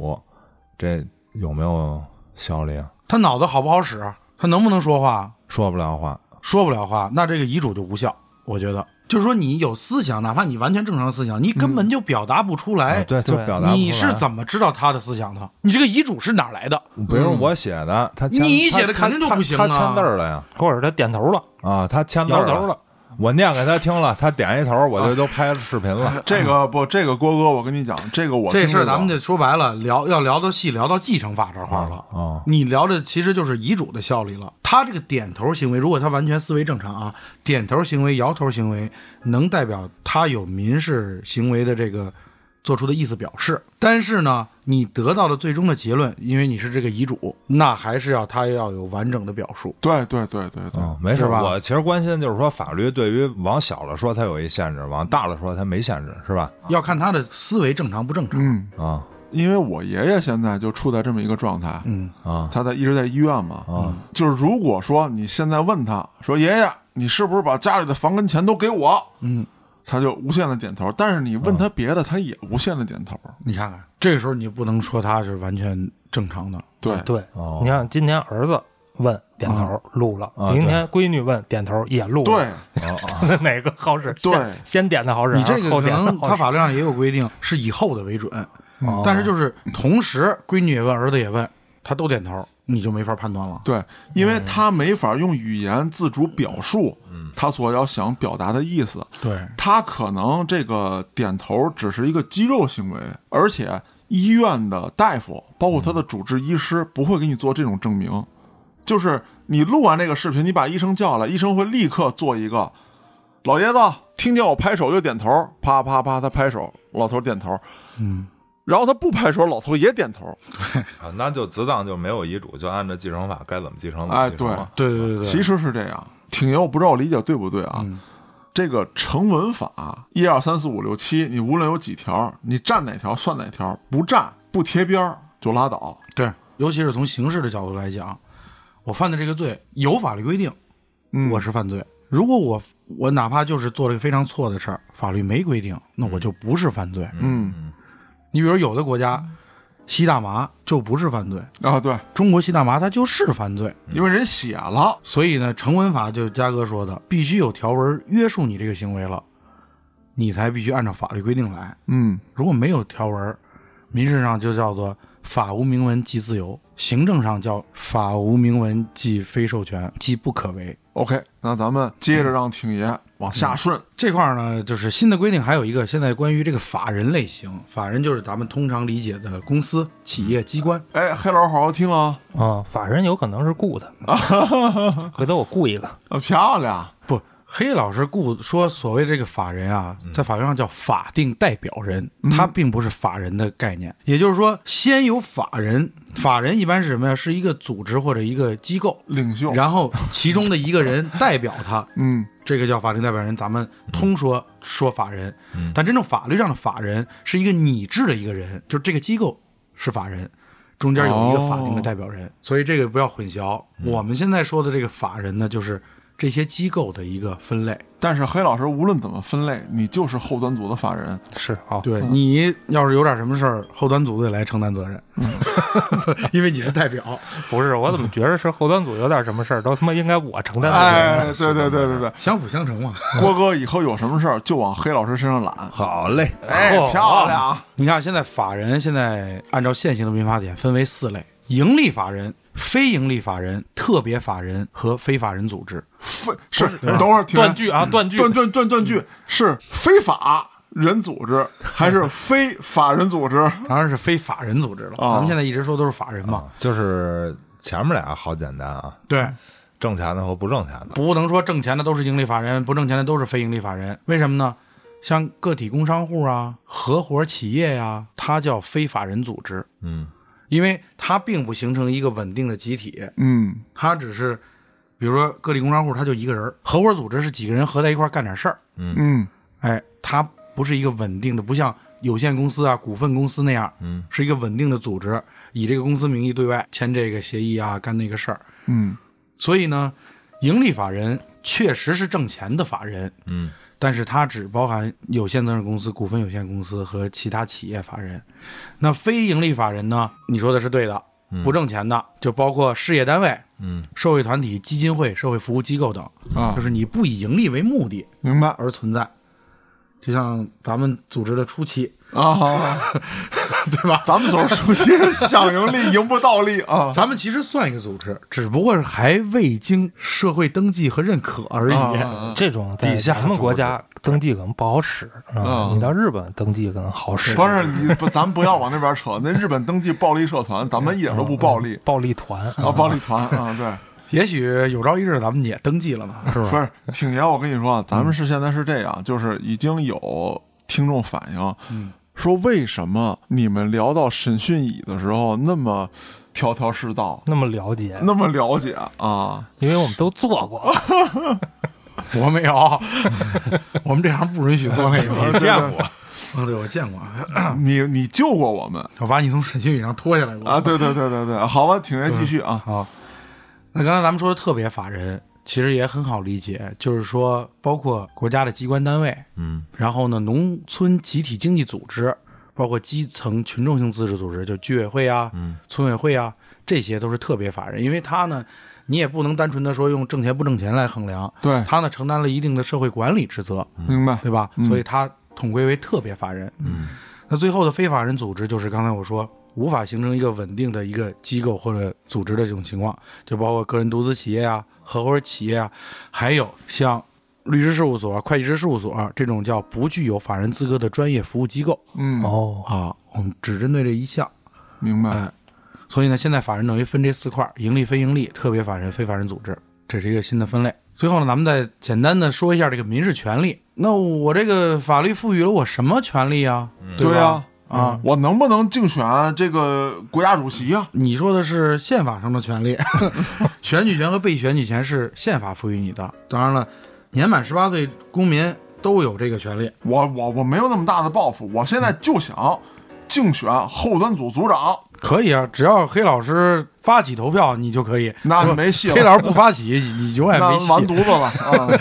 [SPEAKER 3] 这有没有效力啊？
[SPEAKER 4] 他脑子好不好使？他能不能说话？
[SPEAKER 3] 说不了话，
[SPEAKER 4] 说不了话，那这个遗嘱就无效。我觉得，就是说你有思想，哪怕你完全正常的思想，你根本就表达不出来。
[SPEAKER 3] 嗯啊对，就
[SPEAKER 2] 对
[SPEAKER 3] 表达不
[SPEAKER 4] 哎你
[SPEAKER 3] 出来
[SPEAKER 4] 是怎么知道他的思想的？你这个遗嘱是哪儿来的？
[SPEAKER 3] 比如我写的，他签
[SPEAKER 4] 你
[SPEAKER 3] 他
[SPEAKER 4] 写的肯定就
[SPEAKER 3] 他
[SPEAKER 4] 不行
[SPEAKER 3] 他
[SPEAKER 4] 啊
[SPEAKER 3] 签字儿了呀，
[SPEAKER 2] 或者他点头了，
[SPEAKER 3] 啊，他签字
[SPEAKER 2] 摇
[SPEAKER 3] 儿
[SPEAKER 2] 头了，
[SPEAKER 3] 我念给他听了，他点一头，我
[SPEAKER 4] 啊
[SPEAKER 3] 就都拍视频
[SPEAKER 4] 哎
[SPEAKER 3] 了。
[SPEAKER 1] 这个不，这个郭哥，我跟你讲，这个我
[SPEAKER 4] 这事
[SPEAKER 1] 听
[SPEAKER 4] 儿
[SPEAKER 1] 说过
[SPEAKER 4] 咱们就说白了，聊要聊到细，聊到继承法这块儿了。
[SPEAKER 3] 啊，
[SPEAKER 4] 你聊的其实就是遗嘱的效力了。他这个点头行为，如果他完全思维正常啊，点头行为、摇头行为，能代表他有民事行为的这个做出的意思表示。但是呢，你得到的最终的结论，因为你是这个遗嘱，那还是要他要有完整的表述。
[SPEAKER 1] 对对对对对，
[SPEAKER 3] 嗯，没事
[SPEAKER 4] 是吧
[SPEAKER 3] 我其实关心就是说，法律对于往小了说它有一限制，往大了说它没限制，是吧？
[SPEAKER 4] 要看他的思维正常不正常。
[SPEAKER 1] 嗯，
[SPEAKER 3] 啊
[SPEAKER 1] 因为我爷爷现在就处在这么一个状态，
[SPEAKER 4] 嗯，
[SPEAKER 3] 啊
[SPEAKER 1] 他在一直在医院嘛，
[SPEAKER 3] 啊
[SPEAKER 1] 就是如果说你现在问他说爷爷，你是不是把家里的房跟钱都给我？
[SPEAKER 4] 嗯，啊
[SPEAKER 1] 他就无限的点头。但是你问他别的，他也无限的点头。
[SPEAKER 4] 你看看，这个时候你不能说他是完全正常的。
[SPEAKER 1] 对，
[SPEAKER 2] 对，
[SPEAKER 3] 哦
[SPEAKER 2] 你看今天儿子问点头录了，
[SPEAKER 3] 啊
[SPEAKER 2] 明天闺女问点头也录
[SPEAKER 1] 对
[SPEAKER 2] 了，对， 哪个好使？先
[SPEAKER 1] 对
[SPEAKER 2] 先点的好使，
[SPEAKER 4] 你这个
[SPEAKER 2] 后
[SPEAKER 4] 可
[SPEAKER 2] 点的
[SPEAKER 4] 能他
[SPEAKER 2] 好使。
[SPEAKER 4] 法律上也有规定，是以后的为准。
[SPEAKER 2] 哦
[SPEAKER 4] 但是就是同时，闺女也问，儿子也问，他都点头，你就没法判断了。
[SPEAKER 1] 对，因
[SPEAKER 4] 嗯
[SPEAKER 1] 为他没法用语言自主表述，他所要想表达的意思。
[SPEAKER 4] 对，
[SPEAKER 1] 他可能这个点头只是一个肌肉行为，而且医院的大夫，包括
[SPEAKER 4] 嗯
[SPEAKER 1] 他的主治医师，不会给你做这种证明。就是你录完这个视频，你把医生叫来，医生会立刻做一个，老爷子听见我拍手就点头，啪啪啪，他拍手，老头点头，
[SPEAKER 4] 嗯，
[SPEAKER 1] 然后他不拍手，老头也点头。
[SPEAKER 3] 啊，那就子档就没有遗嘱，就按照继承法该怎么继承怎么
[SPEAKER 1] 哎
[SPEAKER 3] 继承了
[SPEAKER 4] 嗯对对对对，
[SPEAKER 1] 其实是这样，挺爷，我不知道我理解对不对啊。这个成文法一二三四五六七，你无论有几条，你占哪条算哪条，不占不贴边儿就拉倒。
[SPEAKER 4] 对，尤其是从刑事的角度来讲，我犯的这个罪有法律规定，
[SPEAKER 1] 嗯
[SPEAKER 4] 我是犯罪。如果我我哪怕就是做了一个非常错的事儿，法律没规定，那我就不是犯罪。
[SPEAKER 1] 嗯
[SPEAKER 4] 你比如有的国家吸大麻就不是犯罪，
[SPEAKER 1] 啊，对，
[SPEAKER 4] 中国吸大麻它就是犯罪。
[SPEAKER 1] 因为人写了，
[SPEAKER 4] 所以呢，成文法就是嘉哥说的，必须有条文约束你这个行为了，你才必须按照法律规定来。
[SPEAKER 1] 嗯
[SPEAKER 4] 如果没有条文，民事上就叫做法无明文即自由，行政上叫法无明文即非授权即不可为。
[SPEAKER 1] ，OK，那咱们接着让挺爷往下顺。
[SPEAKER 4] 这块儿呢，就是新的规定还有一个，现在关于这个法人类型，法人就是咱们通常理解的公司、企业、机关。
[SPEAKER 1] 哎，黑老师好好听啊，
[SPEAKER 2] 啊，法人有可能是雇的，回头我雇一个。
[SPEAKER 1] 啊漂亮，
[SPEAKER 4] 不，黑老师故说所谓这个法人啊，
[SPEAKER 1] 嗯
[SPEAKER 4] 在法律上叫法定代表人，它并不是法人的概念。也就是说，先有法人，法人一般是什么呀？是一个组织或者一个机构，
[SPEAKER 1] 领袖，
[SPEAKER 4] 然后其中的一个人代表他，
[SPEAKER 1] 嗯
[SPEAKER 4] 这个叫法定代表人。咱们通说说法人，但真正法律上的法人是一个拟制的一个人，就是这个机构是法人。中间有一个法定的代表人，所以这个不要混淆。我们现在说的这个法人呢，就是这些机构的一个分类。
[SPEAKER 1] 但是黑老师无论怎么分类，你就是后端组的法人。
[SPEAKER 2] 是好，
[SPEAKER 4] 对嗯你要是有点什么事儿，后端组得来承担责任， 因为你是代表。
[SPEAKER 2] 不是我怎么觉着是后端组有点什么事儿，都他妈应该我承担的责
[SPEAKER 1] 哎，
[SPEAKER 2] 任。
[SPEAKER 1] 对对对对对，
[SPEAKER 4] 相辅相成嘛。
[SPEAKER 1] 郭哥以后有什么事儿就往黑老师身上揽。
[SPEAKER 3] 好嘞，
[SPEAKER 1] 哎，
[SPEAKER 2] 嚯
[SPEAKER 1] 漂
[SPEAKER 2] 哦
[SPEAKER 1] 亮，
[SPEAKER 4] 你看，现在法人现在按照现行的民法典分为四类：盈利法人、非盈利法人、特别法人和非法人组织。
[SPEAKER 1] 非是等会儿停
[SPEAKER 2] 断句啊，断句，
[SPEAKER 1] 断断断断句是非法人组织还是非法人组织？
[SPEAKER 4] 当然是非法人组织了。
[SPEAKER 1] 啊
[SPEAKER 4] 咱们现在一直说都是法人
[SPEAKER 3] 哦
[SPEAKER 4] 嘛，
[SPEAKER 3] 啊就是前面俩好简单啊，
[SPEAKER 4] 对，
[SPEAKER 3] 挣钱的和不挣钱的。
[SPEAKER 4] 不能说挣钱的都是盈利法人，不挣钱的都是非盈利法人。为什么呢？像个体工商户啊、合伙企业呀、它叫非法人组织。
[SPEAKER 3] 嗯，
[SPEAKER 4] 因为它并不形成一个稳定的集体，
[SPEAKER 1] 嗯
[SPEAKER 4] 它只是，比如说个体工商户，他就一个人儿；合伙组织是几个人合在一块儿干点事儿，
[SPEAKER 1] 嗯
[SPEAKER 4] 哎，它不是一个稳定的，不像有限公司啊、股份公司那样，
[SPEAKER 3] 嗯，
[SPEAKER 4] 是一个稳定的组织，以这个公司名义对外签这个协议啊，干那个事儿。
[SPEAKER 1] 嗯
[SPEAKER 4] 所以呢，盈利法人确实是挣钱的法人，
[SPEAKER 3] 嗯，
[SPEAKER 4] 但是它只包含有限责任公司、股份有限公司和其他企业法人。那非盈利法人呢？你说的是对的，
[SPEAKER 1] 嗯
[SPEAKER 4] 不挣钱的就包括事业单位、
[SPEAKER 3] 嗯，
[SPEAKER 4] 社会团体、基金会、社会服务机构等，
[SPEAKER 1] 啊
[SPEAKER 4] 就是你不以盈利为目的
[SPEAKER 1] 明白
[SPEAKER 4] 而存在。就像咱们组织的初期，
[SPEAKER 1] 啊，好好
[SPEAKER 4] 对吧？
[SPEAKER 1] 咱们所熟悉是 想盈利赢不到利啊，
[SPEAKER 4] 咱们其实算一个组织，只不过是还未经社会登记和认可而 已。
[SPEAKER 1] 啊
[SPEAKER 2] 这种在
[SPEAKER 3] 底下
[SPEAKER 2] 咱们国家登记可能不好使啊
[SPEAKER 1] 嗯，
[SPEAKER 2] 你到日本登记可能好使。
[SPEAKER 1] 不是你不，咱不要往那边扯。那日本登记暴力社团，咱们一点都不暴力
[SPEAKER 2] 暴力团
[SPEAKER 1] 啊，暴力团啊，对。
[SPEAKER 4] 也许有朝一日咱们也登记了呢，是吧？
[SPEAKER 1] 不是，挺爷，我跟你说啊，咱们是现在是这样，就是已经有听众反映，
[SPEAKER 2] 嗯
[SPEAKER 1] 说为什么你们聊到审讯椅的时候那么条条是道，
[SPEAKER 2] 那么了解，
[SPEAKER 1] 那么了解啊？
[SPEAKER 2] 因为我们都做过。
[SPEAKER 4] 我没有， 我们这行不允许做那个。
[SPEAKER 3] 你见过？
[SPEAKER 4] 啊，对，我见过，
[SPEAKER 1] 你你救过我们
[SPEAKER 4] 我把你从审讯椅上拖下来过
[SPEAKER 1] 啊？。对对对对对，好吧，挺爷继续啊，
[SPEAKER 4] 好，那刚才咱们说的特别法人，其实也很好理解，就是说包括国家的机关单位，
[SPEAKER 3] 嗯
[SPEAKER 4] 然后呢，农村集体经济组织，包括基层群众性自治组织，就居委会啊、
[SPEAKER 3] 嗯
[SPEAKER 4] 村委会啊，这些都是特别法人，因为他呢，你也不能单纯的说用挣钱不挣钱来衡量，
[SPEAKER 3] 哎
[SPEAKER 1] 对，
[SPEAKER 4] 他呢承担了一定的社会管理职责，
[SPEAKER 1] 明白，
[SPEAKER 4] 对吧？所以他统归为特别法人。
[SPEAKER 3] 嗯
[SPEAKER 4] 那最后的非法人组织，就是刚才我说无法形成一个稳定的一个机构或者组织的这种情况，就包括个人独资企业啊、合伙企业啊，还有像律师事务所、会计师事务所、这种叫不具有法人资格的专业服务机构
[SPEAKER 1] 嗯，
[SPEAKER 2] 哦，
[SPEAKER 4] 啊，我们只针对这一项。
[SPEAKER 1] 明白
[SPEAKER 4] 哎，所以呢，现在法人等于分这四块儿：盈利、非盈利、特别法人、非法人组织，这是一个新的分类。最后呢，咱们再简单的说一下这个民事权利。那我这个法律赋予了我什么权利啊？对
[SPEAKER 1] 嗯
[SPEAKER 4] 吧
[SPEAKER 1] 对呀
[SPEAKER 4] 啊，
[SPEAKER 1] 我能不能竞选这个国家主席啊？
[SPEAKER 4] 你说的是宪法上的 权利，选举权和被选举权是宪法赋予你的。当然了，年满十八岁公民都有这个权利。
[SPEAKER 1] 我我我没有那么大的抱负，我现
[SPEAKER 4] 嗯
[SPEAKER 1] 在就想竞选后端组组长，
[SPEAKER 4] 可以啊，只要黑老师发起投票，你就可以。
[SPEAKER 1] 那没戏了
[SPEAKER 4] 黑老师不发起，你你永远
[SPEAKER 1] 那
[SPEAKER 4] 没
[SPEAKER 1] 完
[SPEAKER 4] 戏。
[SPEAKER 1] 犊子了 啊！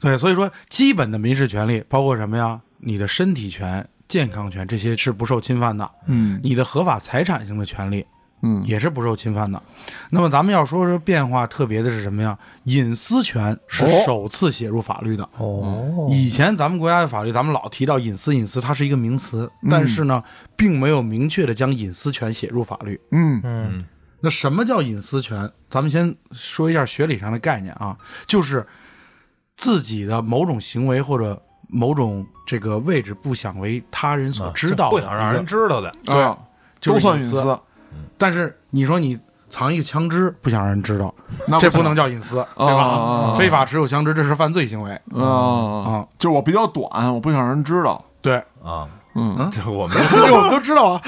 [SPEAKER 4] 对，所以说基本的民事权利包括什么呀？你的身体权、健康权这些是不受侵犯的，
[SPEAKER 1] 嗯
[SPEAKER 4] 你的合法财产性的权利
[SPEAKER 1] 嗯
[SPEAKER 4] 也是不受侵犯的。那么咱们要说说变化特别的是什么呀？隐私权是
[SPEAKER 1] 哦
[SPEAKER 4] 首次写入法律的。
[SPEAKER 2] 哦，
[SPEAKER 4] 以前咱们国家的法律，咱们老提到隐私，隐私它是一个名词，
[SPEAKER 1] 嗯
[SPEAKER 4] 但是呢，并没有明确的将隐私权写入法律。
[SPEAKER 1] 嗯
[SPEAKER 2] 嗯，
[SPEAKER 4] 那什么叫隐私权？咱们先说一下学理上的概念啊，就是自己的某种行为或者某种这个位置不想为他人所知道的
[SPEAKER 3] 不
[SPEAKER 4] 一个、
[SPEAKER 3] 想让人知道的，
[SPEAKER 1] 啊，
[SPEAKER 4] 就
[SPEAKER 1] 都
[SPEAKER 4] 是
[SPEAKER 1] 算
[SPEAKER 4] 隐
[SPEAKER 1] 隐
[SPEAKER 4] 私
[SPEAKER 1] 私啊
[SPEAKER 4] 但是你说你藏一个枪支，不想让人知道，
[SPEAKER 1] 那
[SPEAKER 4] 这不能叫隐私，对吧？
[SPEAKER 1] 啊啊啊啊
[SPEAKER 4] 非法持有枪支这是犯罪行为。
[SPEAKER 1] 啊
[SPEAKER 4] 嗯
[SPEAKER 1] 啊！就是我比较短，我不想让人知道。
[SPEAKER 4] 对，
[SPEAKER 3] 啊，
[SPEAKER 1] 嗯，
[SPEAKER 3] 这我们
[SPEAKER 4] 这个我们都知道啊。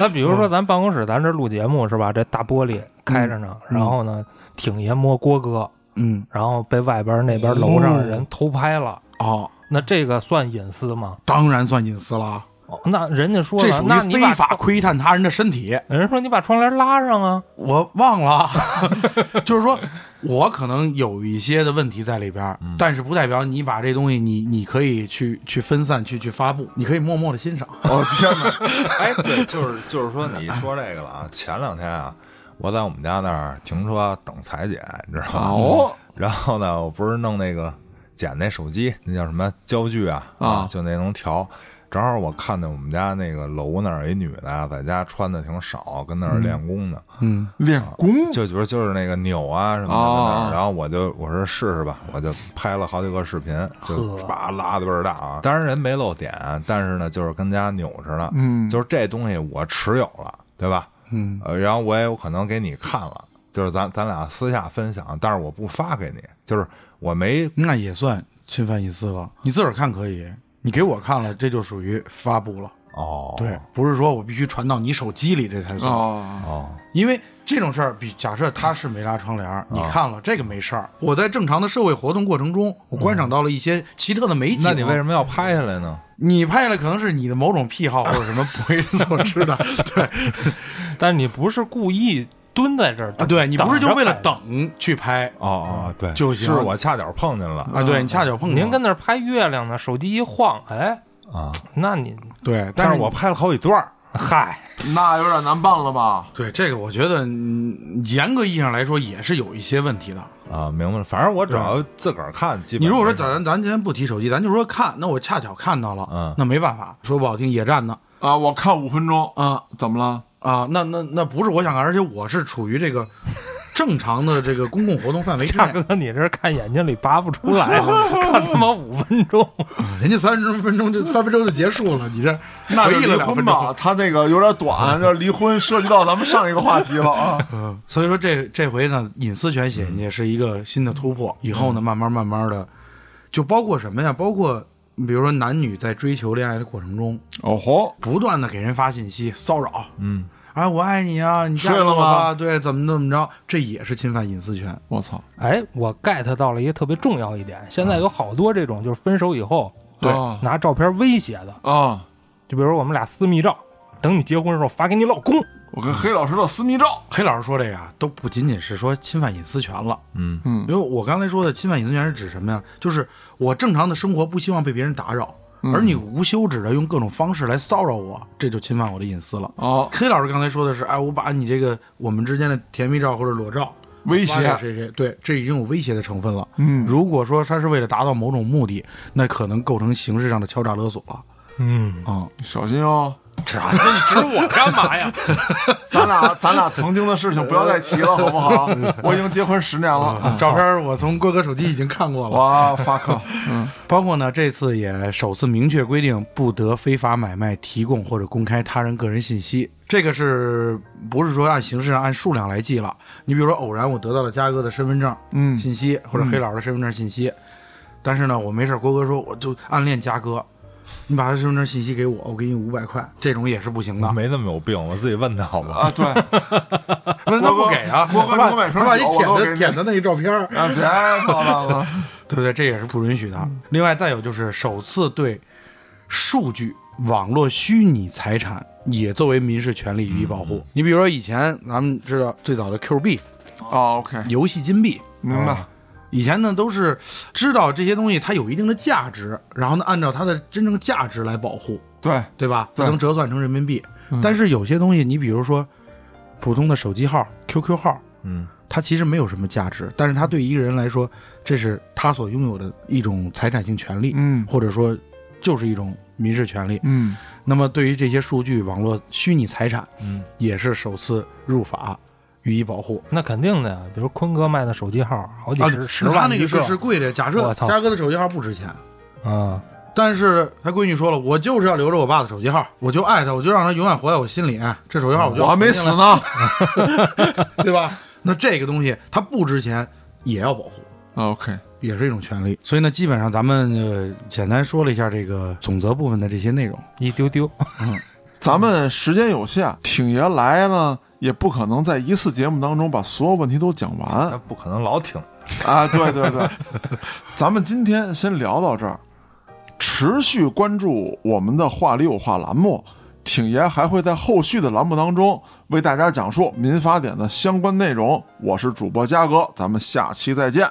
[SPEAKER 2] 那比如说咱办公室，咱这录节目是吧？这大玻璃开着呢，然后呢，挺爷摸郭哥，
[SPEAKER 4] 嗯，
[SPEAKER 2] 然后被外边那边楼上的人偷拍了，
[SPEAKER 4] 哦，
[SPEAKER 2] 那这个算隐私吗？
[SPEAKER 4] 当然算隐私啦，
[SPEAKER 2] 哦那人家说
[SPEAKER 4] 这
[SPEAKER 2] 了，
[SPEAKER 4] 属
[SPEAKER 2] 那
[SPEAKER 4] 于
[SPEAKER 2] 你
[SPEAKER 4] 非
[SPEAKER 2] 把
[SPEAKER 4] 法窥探他人的身体。
[SPEAKER 2] 人家说你把窗帘拉上啊，
[SPEAKER 4] 我忘了， 就是说我可能有一些的问题在里边儿，
[SPEAKER 3] 嗯
[SPEAKER 4] 但是不代表你把这东西你你可以去去分散去去发布，你可以默默的欣赏。
[SPEAKER 1] 我天哪！
[SPEAKER 3] 哎，对，就是就是说，你说这个了啊。前两天啊，我在我们家那儿停车等裁剪，你知道吗？
[SPEAKER 1] 哦
[SPEAKER 3] 然后呢，我不是弄那个剪那手机，那叫什么焦距啊？
[SPEAKER 1] 啊
[SPEAKER 3] 就那能调。正好我看见我们家那个楼那儿有一女的啊在家穿的挺少，跟那儿练功呢，
[SPEAKER 4] 嗯，
[SPEAKER 1] 练功
[SPEAKER 3] 就觉得就是那个扭啊什么的在那儿。
[SPEAKER 1] 哦
[SPEAKER 3] 然后我就我说试试吧，我就拍了好几个视频，就
[SPEAKER 2] 呵
[SPEAKER 3] 叭拉的倍儿大啊。当然人没露点，但是呢就是跟家扭着呢。
[SPEAKER 1] 嗯
[SPEAKER 3] 就是这东西我持有了，对吧？
[SPEAKER 4] 嗯，
[SPEAKER 3] 呃，然后我也有可能给你看了，就是咱咱俩私下分享，但是我不发给你，就是我没
[SPEAKER 4] 那也算侵犯隐私了。你自个儿看可以，你给我看了，这就属于发布了。
[SPEAKER 3] 哦，
[SPEAKER 4] 对，不是说我必须传到你手机里这才算，
[SPEAKER 1] 啊，
[SPEAKER 3] 哦，
[SPEAKER 4] 因为这种事儿，比假设他是没拉窗帘儿，你
[SPEAKER 3] 哦
[SPEAKER 4] 看了这个没事儿。我在正常的社会活动过程中，我观赏到了一些奇特的美景。
[SPEAKER 3] 嗯
[SPEAKER 4] 啊
[SPEAKER 3] 那你为什么要拍下来呢？
[SPEAKER 4] 你拍下来可能是你的 某种癖好或者什么不为人所知的，对，
[SPEAKER 2] 但你不是故意蹲在这儿
[SPEAKER 4] 啊，对你不是
[SPEAKER 2] 等着
[SPEAKER 4] 就
[SPEAKER 2] 哎
[SPEAKER 4] 是为了
[SPEAKER 2] 拍
[SPEAKER 4] 等去拍
[SPEAKER 3] 哦哦，对，
[SPEAKER 4] 就是行
[SPEAKER 3] 我恰巧碰见了
[SPEAKER 4] 啊？对你恰巧碰见
[SPEAKER 2] 您跟那儿拍月亮呢，手机一晃，哎，
[SPEAKER 3] 啊，
[SPEAKER 2] 那你
[SPEAKER 4] 对，
[SPEAKER 3] 但
[SPEAKER 4] 嗯是
[SPEAKER 3] 是我拍了好几段儿，
[SPEAKER 2] 嗨，
[SPEAKER 1] 那有点难办了吧？
[SPEAKER 4] 对这个，我觉得嗯严格意义上来说也是有一些问题的。
[SPEAKER 3] 啊，明白了。反正我只要自个儿看，基本
[SPEAKER 4] 你如果说
[SPEAKER 3] 没事
[SPEAKER 4] 咱咱今天不提手机，咱就说看，那我恰巧看到了，
[SPEAKER 3] 嗯
[SPEAKER 4] 那没办法，说不好听，野战呢，
[SPEAKER 1] 啊，我看五分钟，
[SPEAKER 4] 啊
[SPEAKER 1] 怎么了？
[SPEAKER 4] 啊，那那那不是我想看，而且我是处于这 个正常的这个公共活动范围之
[SPEAKER 2] 大
[SPEAKER 4] 内，
[SPEAKER 2] 哥，你这是看眼睛里拔不出来 了，看他妈五分钟，
[SPEAKER 4] 人家三十分钟就三分钟就结束了，你这
[SPEAKER 1] 那
[SPEAKER 4] 回
[SPEAKER 1] 就
[SPEAKER 4] 忆了
[SPEAKER 1] 离
[SPEAKER 4] 两
[SPEAKER 1] 婚
[SPEAKER 4] 分钟。
[SPEAKER 1] 吧，他那个有点短，就是离婚涉及到咱们上一个话题了啊。
[SPEAKER 4] 所以说这这回呢，隐私权写
[SPEAKER 1] 嗯
[SPEAKER 4] 也是一个新的突破。以后呢，慢慢慢慢的，就包括什么呀？包括比如说男女在追求恋爱的过程中，
[SPEAKER 1] 哦吼，
[SPEAKER 4] 不断的给人发信息骚扰，
[SPEAKER 3] 嗯，
[SPEAKER 4] 哎，我爱你啊，你嫁
[SPEAKER 1] 睡
[SPEAKER 4] 给
[SPEAKER 1] 了
[SPEAKER 4] 我
[SPEAKER 1] 吗
[SPEAKER 4] 吧，对，怎么怎么着，这也是侵犯隐私权。
[SPEAKER 1] 我操！
[SPEAKER 2] 哎，我 get 到了一个特别重要一点，现在有好多这种就是分手以后
[SPEAKER 1] 对
[SPEAKER 4] 嗯
[SPEAKER 2] 哦拿照片威胁的，
[SPEAKER 1] 啊，
[SPEAKER 2] 就比如我们俩私密照，等你结婚的时候发给你老公，
[SPEAKER 1] 我跟黑老师的私密照，
[SPEAKER 4] 黑老师说这个啊，都不仅仅是说侵犯隐私权了，
[SPEAKER 3] 嗯
[SPEAKER 1] 嗯
[SPEAKER 4] 因为我刚才说的侵犯隐私权是指什么呀？就是我正常的生活不希望被别人打扰，
[SPEAKER 1] 嗯
[SPEAKER 4] 而你无休止的用各种方式来骚扰我，这就侵犯我的隐私了。
[SPEAKER 1] 哦，
[SPEAKER 4] K 老师刚才说的是，哎，我把你这个我们之间的甜蜜照或者裸照
[SPEAKER 1] 威胁
[SPEAKER 4] 发给谁谁，对，这已经有威胁的成分了。
[SPEAKER 1] 嗯
[SPEAKER 4] 如果说他是为了达到某种目的，那可能构成形式上的敲诈勒索了
[SPEAKER 2] 嗯，
[SPEAKER 4] 啊。
[SPEAKER 1] 小心哦，
[SPEAKER 4] 啥、嗯？
[SPEAKER 2] 你指我 干嘛呀？
[SPEAKER 1] 咱俩 咱俩曾经的事情不要再提了，好不 好？我已经结婚十年了，
[SPEAKER 4] 啊照片我从郭哥手机已经看过了，
[SPEAKER 1] 哇，fuck，嗯，
[SPEAKER 4] 包括呢，这次也首次明确规定不得非法买卖、提供或者公开他人个人信息。这个是不是说按形式上按数量来计了？你比如说，偶然我得到了嘉哥的身份证
[SPEAKER 1] 嗯
[SPEAKER 4] 信息，或者黑老师的身份证信息，但是呢，我没事儿，郭哥说我就暗恋嘉哥，你把他身份证信息给我，我给你五百块，这种也是不行的。
[SPEAKER 1] 嗯
[SPEAKER 3] 没那么有病，我自己问他好吗？
[SPEAKER 1] 啊，对，
[SPEAKER 4] 那他不给啊，
[SPEAKER 1] 郭哥
[SPEAKER 4] 我把
[SPEAKER 1] 郭哥买瓶
[SPEAKER 4] 我把你
[SPEAKER 1] 酒我都给
[SPEAKER 4] 舔的
[SPEAKER 1] 你
[SPEAKER 4] 舔的那一照片儿，
[SPEAKER 1] 啊，别捣乱了，啊
[SPEAKER 4] 对不对？这也是不允许的。另外，再有就是首次对数据、网络虚拟财产也作为民事权利予以保护。你比如说，以前咱们知道最早的 Q 币、
[SPEAKER 1] 哦，OK，
[SPEAKER 4] 游戏金币，
[SPEAKER 1] 明白，
[SPEAKER 4] 以前呢都是知道这些东西它有一定的价值，然后呢按照它的真正价值来保护，
[SPEAKER 1] 对，
[SPEAKER 4] 对吧？
[SPEAKER 1] 对
[SPEAKER 4] 能折算成人民币。但是有些东西，你比如说普通的手机号、QQ 号，
[SPEAKER 3] 嗯，
[SPEAKER 4] 它其实没有什么价值，但是它对一个人来说，这是他所拥有的一种财产性权利，
[SPEAKER 1] 嗯
[SPEAKER 4] 或者说就是一种民事权利。
[SPEAKER 1] 嗯，
[SPEAKER 4] 那么对于这些数据、网络虚拟财产，
[SPEAKER 3] 嗯，
[SPEAKER 4] 也是首次入法予以保护。
[SPEAKER 2] 那肯定的呀，比如坤哥卖的手机号好几十、十
[SPEAKER 4] 他
[SPEAKER 2] 万
[SPEAKER 4] 那
[SPEAKER 2] 一
[SPEAKER 4] 个啊是是贵的，假设
[SPEAKER 2] 我操
[SPEAKER 4] 嘉哥的手机号不值钱，
[SPEAKER 2] 啊，
[SPEAKER 4] 但是他闺女说了，我就是要留着我爸的手机号，我就爱他，我就让他永远活在我心里。这手机嗯号我就
[SPEAKER 1] 我还没死
[SPEAKER 4] 呢，
[SPEAKER 1] 呢，
[SPEAKER 4] 对吧？那这个东西它不值钱也要保护。
[SPEAKER 1] 啊 OK，
[SPEAKER 4] 也是一种权利。所以呢，基本上咱们呃简单说了一下这个总则部分的这些内容。
[SPEAKER 2] 一丢丢，
[SPEAKER 1] 咱们时间有限，挺爷来呢。也不可能在一次节目当中把所有问题都讲完
[SPEAKER 3] 那不可能老挺。
[SPEAKER 1] 啊！对对对， 咱们今天先聊到这儿，持续关注我们的“话里有话”栏目，挺爷还会在后续的栏目当中为大家讲述民法典的相关内容。我是主播嘉哥，咱们下期再见。